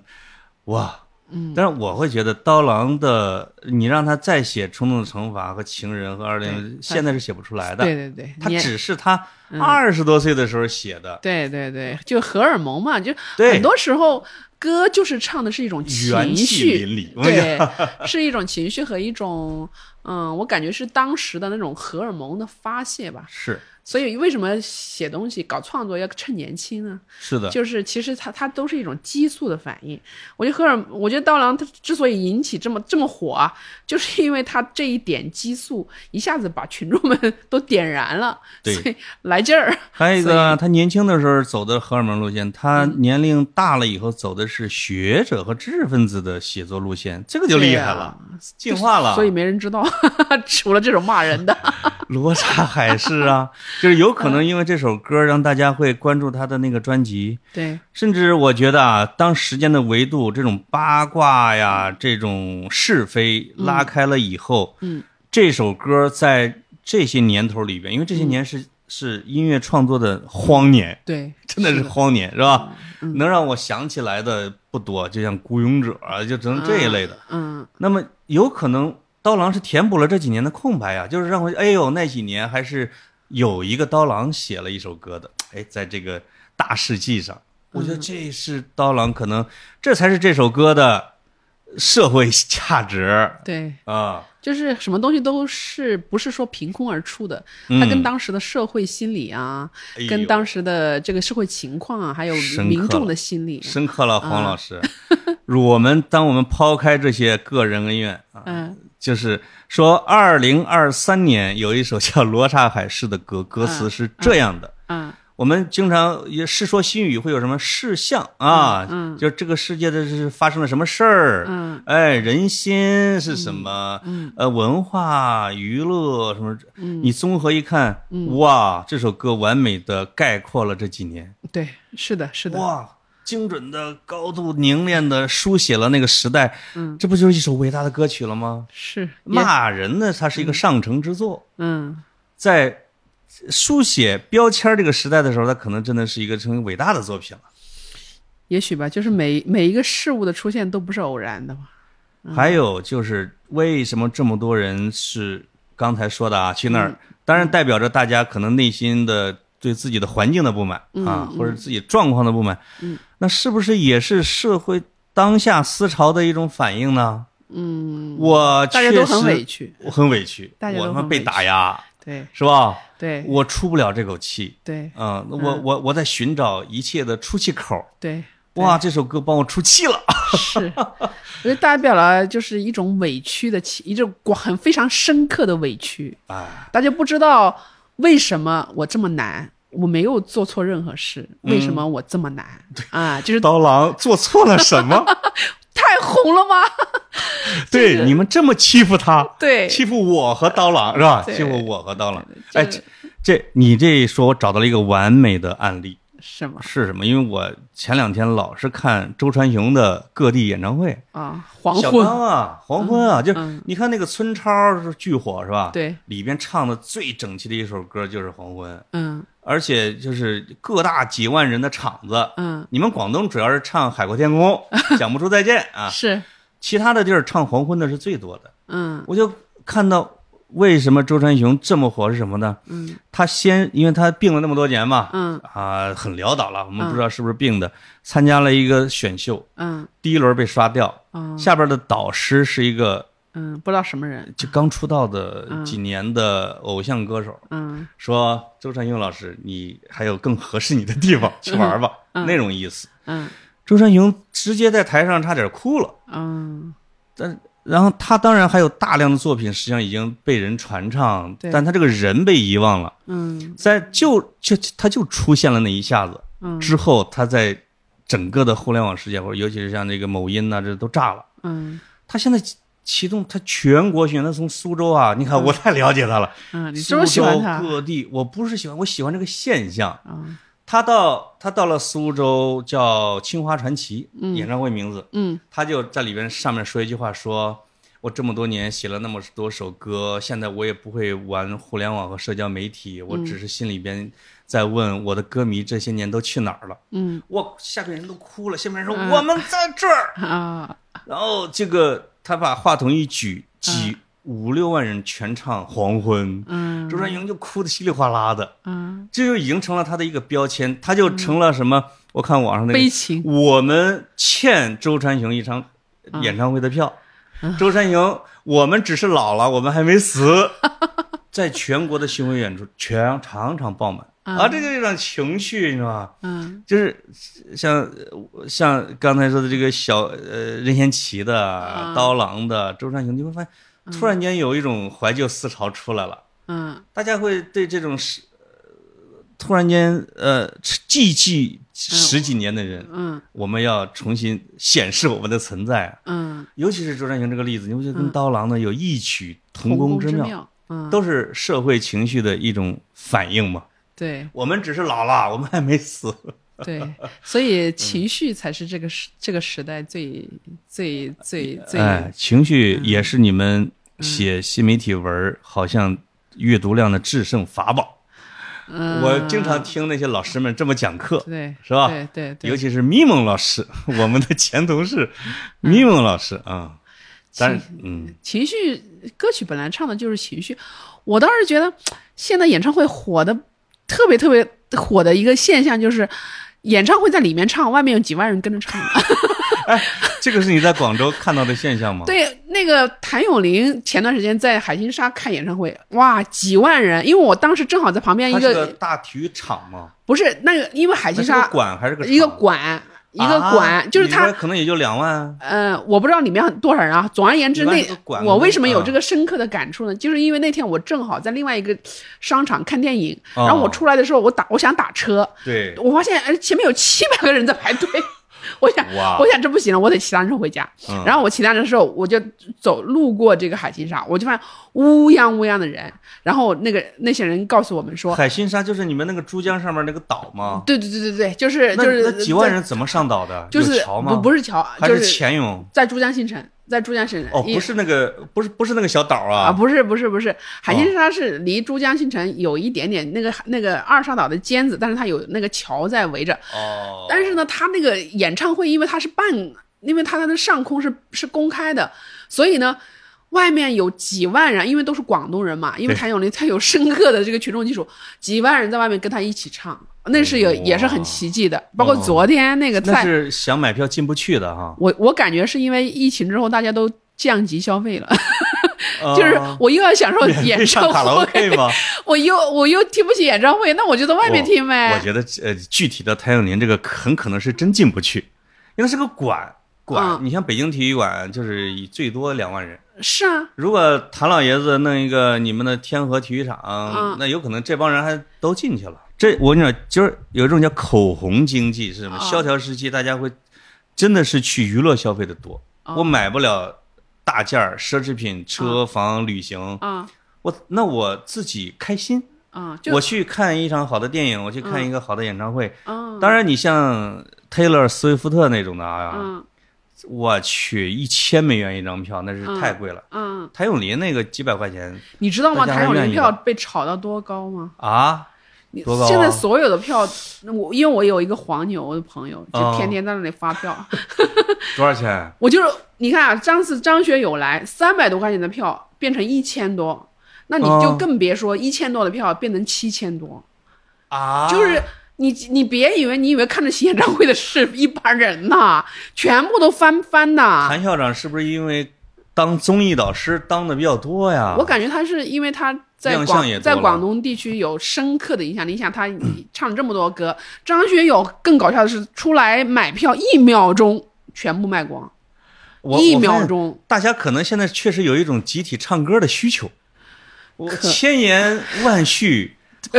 A: 哇，嗯，但是我会觉得刀郎的，你让他再写《冲动的惩罚》和《情人》和《二零》，现在是写不出来
B: 对嗯
A: 的。
B: 对对，
A: 他
B: 你
A: 只是他二十多岁的时候写的，
B: 对对对，就荷尔蒙嘛，就
A: 对
B: 很多时候歌就是唱的是一种
A: 元
B: 情
A: 气
B: 绪，
A: 淋漓。我跟你讲
B: 对，是一种情绪和一种，嗯，我感觉是当时的那种荷尔蒙的发泄吧。
A: 是
B: 所以为什么写东西、搞创作要趁年轻呢？
A: 是的，
B: 就是其实它它都是一种激素的反应。我觉得荷尔，我觉得刀郎他之所以引起这么这么火啊，就是因为他这一点激素一下子把群众们 都点燃了，
A: 对
B: 所以来劲儿。
A: 还有一个，啊他年轻的时候走的荷尔蒙路线，他
B: 嗯
A: 年龄大了以后走的是学者和知识分子的写作路线，这个就厉害了，进化了。
B: 啊所以没人知道， 除了这种骂人的。
A: 罗刹海市啊，就是有可能因为这首歌让大家会关注他的那个专辑，
B: 对，
A: 甚至我觉得啊，当时间的维度这种八卦呀、这种是非拉开了以后，
B: 嗯，
A: 这首歌在这些年头里边，因为这些年
B: 嗯
A: 是、是音乐创作的荒年，
B: 对，
A: 真的是荒年，是吧？
B: 嗯
A: 能让我想起来的不多，就像《孤勇者》啊，就只能这一类的。
B: 嗯，
A: 那么有可能刀郎是填补了这几年的空白呀、就是让我哎呦那几年还是有一个刀郎写了一首歌的，哎，在这个大世纪上，我觉
B: 嗯
A: 得这是刀郎可能这才是这首歌的社会价值
B: 对，
A: 啊，
B: 就是什么东西都是不是说凭空而出的，
A: 嗯
B: 它跟当时的社会心理啊，
A: 哎呦
B: 跟当时的这个社会情况啊，还有
A: 深刻
B: 民众
A: 了
B: 的心理，啊
A: 深刻了黄老师。 我们当我们抛开这些个人恩怨啊，
B: 嗯，
A: 就是说，二零二三年有一首叫《罗刹海市》的歌，歌词是这样的。
B: 嗯
A: 我们经常也《世说新语》会有什么事项啊？
B: 嗯嗯
A: 就是这个世界的是发生了什么事儿？
B: 嗯
A: 哎，人心是什么？呃，文化、娱乐什么？
B: 嗯
A: 你综合一看，哇，这首歌完美的概括了这几年，
B: 对，是的，是的，
A: 哇，精准的、高度凝练的书写了那个时代，
B: 嗯，
A: 这不就是一首伟大的歌曲了吗？
B: 是也
A: 骂人呢，它是一个上乘之作。
B: 嗯，
A: 在书写标签这个时代的时候，它可能真的是一个成为伟大的作品了。
B: 也许吧，就是每每一个事物的出现都不是偶然的嘛，嗯
A: 还有就是，为什么这么多人是刚才说的啊？去那
B: 嗯
A: 儿，当然代表着大家可能内心的对自己的环境的不满
B: 嗯
A: 啊，或者自己状况的不满。嗯，那是不是也是社会当下思潮的一种反应呢？嗯，我
B: 大家都
A: 确实
B: 很委，屈，
A: 我很委屈，
B: 大家都
A: 我他妈
B: 很
A: 被
B: 委
A: 打
B: 屈
A: 压，
B: 对
A: 是吧？
B: 对
A: 我出不了这口气。
B: 对
A: 嗯，我我我在寻找一切的出气口。
B: 对，
A: 哇，这首歌帮我出气了。
B: 是， 我觉得代表了就是一种委屈的情，一种广很非常深刻的委屈。
A: 哎，
B: 大家不知道为什么我这么难，我没有做错任何事，为什
A: 嗯
B: 么我这么难、啊？就是
A: 刀郎做错了什 么？
B: 太 红了吗？
A: 对，你们这么欺负他，
B: 对
A: 欺负我和刀郎是吧？
B: 对
A: 欺负我和刀郎。
B: 对
A: 哎，
B: 就
A: 这这你这一说，我找到了一个完美的案例。
B: 是吗？
A: 是什么？因为我前两天老是看周传雄的各地演唱会，
B: 啊，黄
A: 小
B: 昏，
A: 刚啊，黄昏啊，就
B: 嗯
A: 你看那个村超是巨火是吧？，
B: 对，
A: 里边唱的最整齐的一首歌就是《黄昏》，
B: 嗯
A: 而且就是各大几万人的场子。
B: 嗯，
A: 你们广东主要是唱《海阔天空》， 讲不出再见啊，
B: 是，
A: 其他的地儿唱黄昏的是最多的。
B: 嗯
A: 我就看到为什么周传雄这么火是什么呢？
B: 嗯
A: 他先因为他病了那么多年嘛，
B: 嗯
A: 啊，很潦倒了，我们
B: 嗯
A: 不知道是不是病的，参加了一个选秀，
B: 嗯
A: 第一轮被刷掉，
B: 嗯
A: 下边的导师是一个
B: 嗯，不知道什么人，
A: 就刚出道的
B: 嗯
A: 几年的偶像歌手，
B: 嗯
A: 说周传雄老师，你还有更合适你的地方，去玩吧，
B: 嗯
A: 那种意思。
B: 嗯
A: 周传雄直接在台上差点哭了。
B: 嗯
A: 然后他当然还有大量的作品，实际上已经被人传唱，
B: 对
A: 但他这个人被遗忘了，
B: 嗯
A: 在就就他就出现了那一下子，
B: 嗯
A: 之后，他在整个的互联网世界，或者尤其是像这个某音呐、这都炸了。
B: 嗯
A: 他现在启动他全国巡演，他从苏州啊，你看我太了解他了。
B: 嗯，你是
A: 苏
B: 不
A: 州
B: 是喜欢他？
A: 各地，我不是喜欢，我喜欢这个现象。
B: 啊
A: 他到他到了苏州，叫清华传奇、演唱会名字，
B: 嗯
A: 他就在里边上面说一句话说。我这么多年写了那么多首歌，现在我也不会玩互联网和社交媒体，我
B: 嗯
A: 只是心里边在问我的歌迷这些年都去哪儿了。
B: 嗯
A: 我下边人都哭了，下面人说、
B: 嗯
A: 我们在这儿，
B: 啊
A: 然后这个他把话筒一举，几五六万人全唱《黄昏》
B: 嗯
A: 周传雄就哭得稀里哗啦的，
B: 嗯，
A: 这就已经成了他的一个标签，他就成了什么？我看网上那
B: 悲
A: 个，
B: 情，啊
A: 我们欠周传雄一场演唱会的票。周传雄，我们只是老了，我们还没 死。在全国的巡回演出，全场场爆满、啊！这就是一种情绪，你知道吧？
B: 嗯
A: 就是像呃像刚才说的这个小呃任贤齐的、
B: 啊
A: 刀郎的、周传雄，你会发现突然间有一种怀旧思潮出来了，
B: 嗯
A: 大家会对这种是呃突然间呃寂寂十几年的人，
B: 嗯
A: 我们要重新显示我们的存在。啊
B: 嗯，
A: 尤其是周传雄这个例子，你不觉得跟刀郎的有异曲同
B: 同
A: 工
B: 之
A: 之妙？
B: 妙，嗯，
A: 都是社会情绪的一种反应嘛。
B: 对
A: 我们只是老了， 我们还没死。
B: 对，所以
A: 嗯
B: 情绪才是这个时这个时代最最最最
A: 哎，情绪也是你们写新媒体文儿、好像阅读量的制胜法宝。
B: 嗯，
A: 我经常听那些老师们这么讲课，
B: 对
A: 是吧
B: 对对对，
A: 尤其是咪蒙老师， 我们的前同事
B: 嗯
A: 咪蒙老师啊。但是，嗯，
B: 情绪歌曲本来唱的就是情绪，我倒是觉得现在演唱会火的特别特别火的一个现象就是，演唱会在里面唱，外面有几万人跟着唱。
A: 这个是你在广州看到的现象吗？
B: 对，那个谭咏麟前段时间在海心沙看演唱会，哇，几万人！因为我当时正好在旁边
A: 它
B: 一
A: 是
B: 个，
A: 个大体育场吗？
B: 不是那个，因为海
A: 那
B: 心
A: 是个
B: 沙
A: 馆还是个
B: 一个
A: 场
B: 馆一个
A: 啊
B: 馆，就是
A: 里边
B: 它。
A: 可能也就两万。啊
B: 呃，我不知道里面多少人啊。总而言之，
A: 里面
B: 那
A: 是个馆
B: 我为什么有
A: 嗯
B: 这个深刻的感触呢？就是因为那天我正好在另外一个商场看电影，
A: 哦
B: 然后我出来的时候，我打我想打车，
A: 对，
B: 我发现哎前面有七百个人在排队， 我想
A: 哇
B: 我想这不行了，我得骑单车回家。
A: 嗯
B: 然后我骑单车的时候，我就走路过这个海心沙，我就发现乌泱乌泱的人，然后那个那些人告诉我们说，
A: 海心沙就是你们那个珠江上面那个岛吗？
B: 对对对对对，就是
A: 那
B: 就
A: 那
B: 是
A: 几万人怎么上岛的？
B: 在，就是
A: 有桥吗？
B: 不不是桥，
A: 还
B: 就是
A: 潜泳？
B: 在珠江新城，在珠江新城
A: 哦，
B: 一
A: 不是那个，不是不是那个小岛
B: 啊，
A: 啊，哦
B: 不是不是不是，海心沙是离珠江新城有一点点那个那个二沙岛的尖子，但是它有那个桥在围着。
A: 哦，
B: 但是呢，它那个演唱会因为它是办，因为它它的上空是是公开的，所以呢，外面有几万人，因为都是广东人嘛，因为
A: 对
B: 谭咏麟他有深刻的这个群众基础，几万人在外面跟他一起唱，那是有
A: 哇
B: 也是很奇迹的。包括昨天那个
A: 哎哦那
B: 在，
A: 是想买票进不去的哈，
B: 我我感觉是因为疫情之后大家都降级消费了，
A: 呃
B: 就是我又要 享受演
A: 可以上
B: 唱
A: 卡拉
B: 会。
A: OK 吗？
B: 我又我又听不起演唱会，那我就在外面听
A: 我
B: 呗。
A: 觉得呃，具体的谭咏麟这个很可能是真进不去，因为它是个馆馆，
B: 嗯
A: 你像北京体育馆就是以最多两万人。
B: 是啊，
A: 如果谭老爷子弄一个你们的天河体育场，
B: 嗯
A: 那有可能这帮人还都进去了。这我跟你讲，就是有一种叫口红经济是什么？
B: 啊
A: 萧条时期，大家会真的是去娱乐消费的多。
B: 啊
A: 我买不了
B: 嗯
A: 大件儿、奢侈品、车房、旅行，
B: 啊
A: 我那我自己开心，
B: 啊，就
A: 我去看一场好的电影，我去看一个好的演唱会。
B: 嗯
A: 当然，你像 Taylor 斯威夫特那种的啊，
B: 嗯
A: 我去，一千美元一张票，那是
B: 嗯
A: 太贵了。
B: 嗯，
A: 谭咏麟那个几百块钱
B: 你知道吗？
A: 大家还
B: 谭咏
A: 愿
B: 麟
A: 意
B: 票
A: 的
B: 被炒到多高吗？
A: 啊，
B: 你
A: 多高啊
B: 现在所有的票，我因为我有一个黄牛的朋友，
A: 哦
B: 就天天在那里发票。
A: 多少钱？
B: 我就是你看啊，上次张学友来三百多块钱的票变成一千多，那你就
A: 哦
B: 更别说一千多的票变成七千多，
A: 啊，
B: 就是你你别以为你以为看着演唱会的是一般人呐，全部都翻番呐。
A: 谭校长是不是因为当综艺导师当的比较多呀？
B: 我感觉他是因为他在
A: 啊亮相也
B: 广
A: 多
B: 在
A: 了
B: 广东地区有深刻的影响力，你想他唱了这么多歌，张学友更搞笑的是出来买票一秒钟全部卖光，
A: 我
B: 一
A: 我发
B: 秒
A: 现
B: 钟。
A: 大家可能现在确实有一种集体唱歌的需求，我
B: 可
A: 千言万绪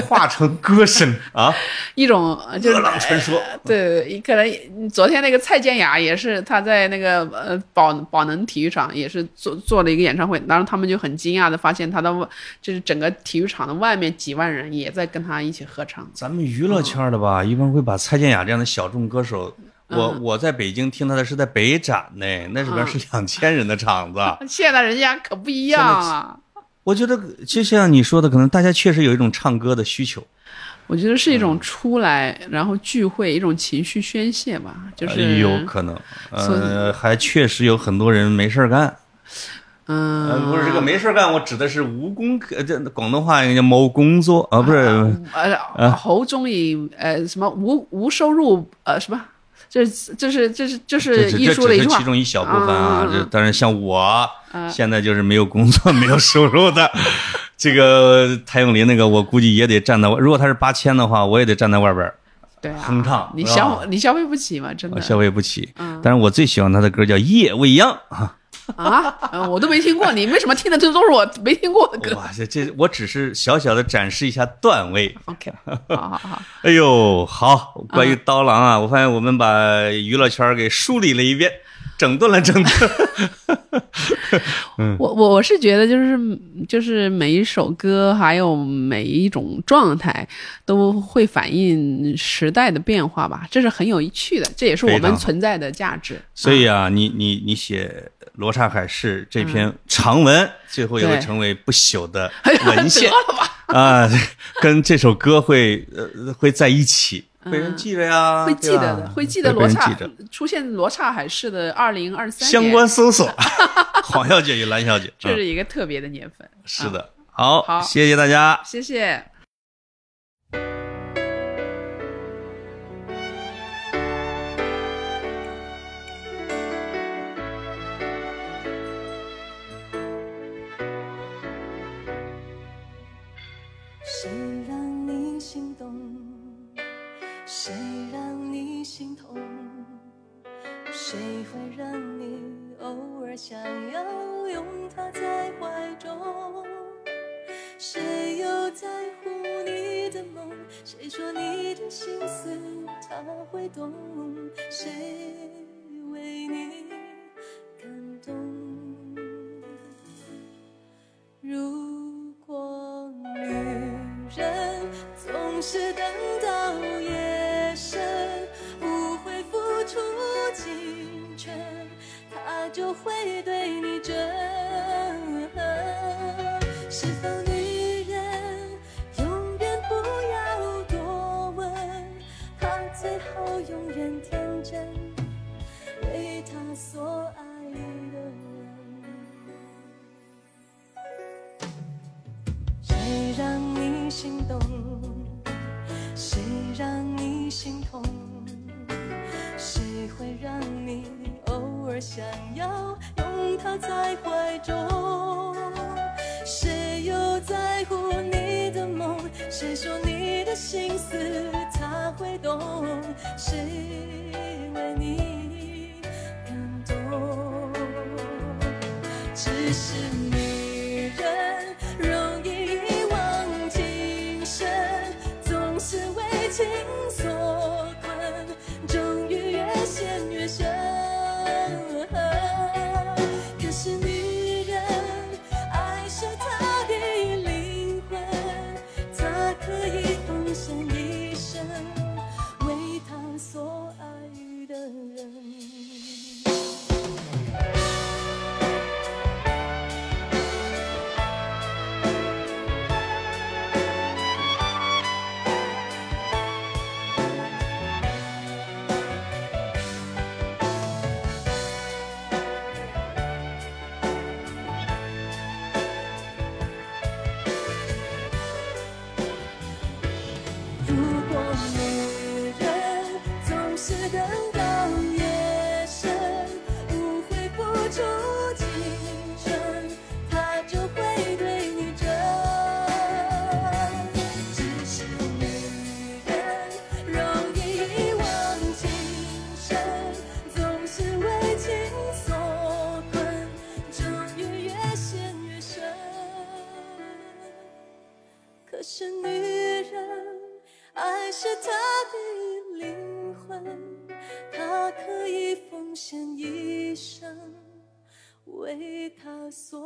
A: 化成歌声啊，
B: 一种呃就是
A: 歌浪传说。
B: 对，可能昨天那个蔡健雅也是，她在那个呃宝宝能体育场也是做做了一个演唱会，当时他们就很惊讶的发现，她的外就是整个体育场的外面几万人也在跟她一起合唱。
A: 咱们娱乐圈的
B: 嗯
A: 吧，一般会把蔡健雅这样的小众歌手，我我在北京听她的是在北展呢，那里
B: 嗯
A: 边是两千人的 场子。
B: 现在人家可不一样啊了，
A: 我觉得就像你说的，可能大家确实有一种唱歌的需求。
B: 我觉得是一
A: 嗯
B: 种出来然后聚会一种情绪宣泄吧，就是
A: 呃有可能，
B: 所
A: 呃，
B: 以
A: 还确实有很多人没事儿干。呃，
B: 嗯，
A: 不是这个没事儿干，我指的是无工，呃，这广东话应该某工作啊，不是啊
B: 呃，侯中以呃什么无无收入呃什么，这是这是这是这
A: 这
B: 是
A: 只
B: 艺
A: 这
B: 术的
A: 只
B: 一句
A: 是
B: 话
A: 其。中一小部分啊
B: 嗯嗯。嗯
A: 这当然，像我
B: 嗯
A: 现在就是没有工作、 没有收入的。这个谭咏麟那个，我估计也得站在外。如果他是八千的话，我也得站在外边儿，
B: 对啊，
A: 哼唱
B: 你
A: 是吧
B: 消你消费不起嘛，真
A: 我
B: 的
A: 消费不起。
B: 嗯
A: 但是我最喜欢他的歌叫《夜未 央》啊，
B: 啊、嗯我都没听过，你为什么听的这都是我没听过的歌
A: 哇，这这我只是小小的展示一下段位。
B: ？OK，好好好，
A: 哎呦，好，
B: 嗯
A: 关于刀郎啊，我发现我们把娱乐圈给梳理了一遍，整顿了整顿。
B: 我我我是觉得就是就是每一首歌还有每一种状态都会反映时代的变化吧，这是很有趣的，这也是我
A: 非
B: 们
A: 常
B: 存在的价值。
A: 所以啊，
B: 嗯
A: 你你你写《罗刹海市》这篇长文，最后也会
B: 对
A: 成为不朽的
B: 哎呀
A: 文献
B: 得了吧，
A: 啊，跟这首歌会呃会在一起，被人记着呀，
B: 嗯会记得
A: 啊对
B: 的，
A: 吧
B: 会记得
A: 被
B: 罗
A: 人
B: 刹
A: 记着
B: 出现罗刹海市的二零二三
A: 相关，搜索， 黄小姐与蓝小姐，嗯
B: 这 是一个特别的年份。
A: 是的，好，
B: 好
A: 谢谢大家。
B: 谢谢。
C: 谁让你心动？谁让你心痛？谁会让你偶尔想要拥他在怀中？谁又在乎你的梦？谁说你的心思他会懂？谁为你感动？如果女人总是等到夜深，不会付出尽全，她就会对你真。是否女人永远不要多问，怕最后永远天真，为她所爱的人。谁让你心动？谁让你心痛？谁会让你偶尔想要拥他在怀中？谁又在乎你的梦？谁说你的心思他会懂？谁为你感动？只是女人容易一往情深，总是为情所困，终于越陷越深。可是女人爱上他的灵魂，他所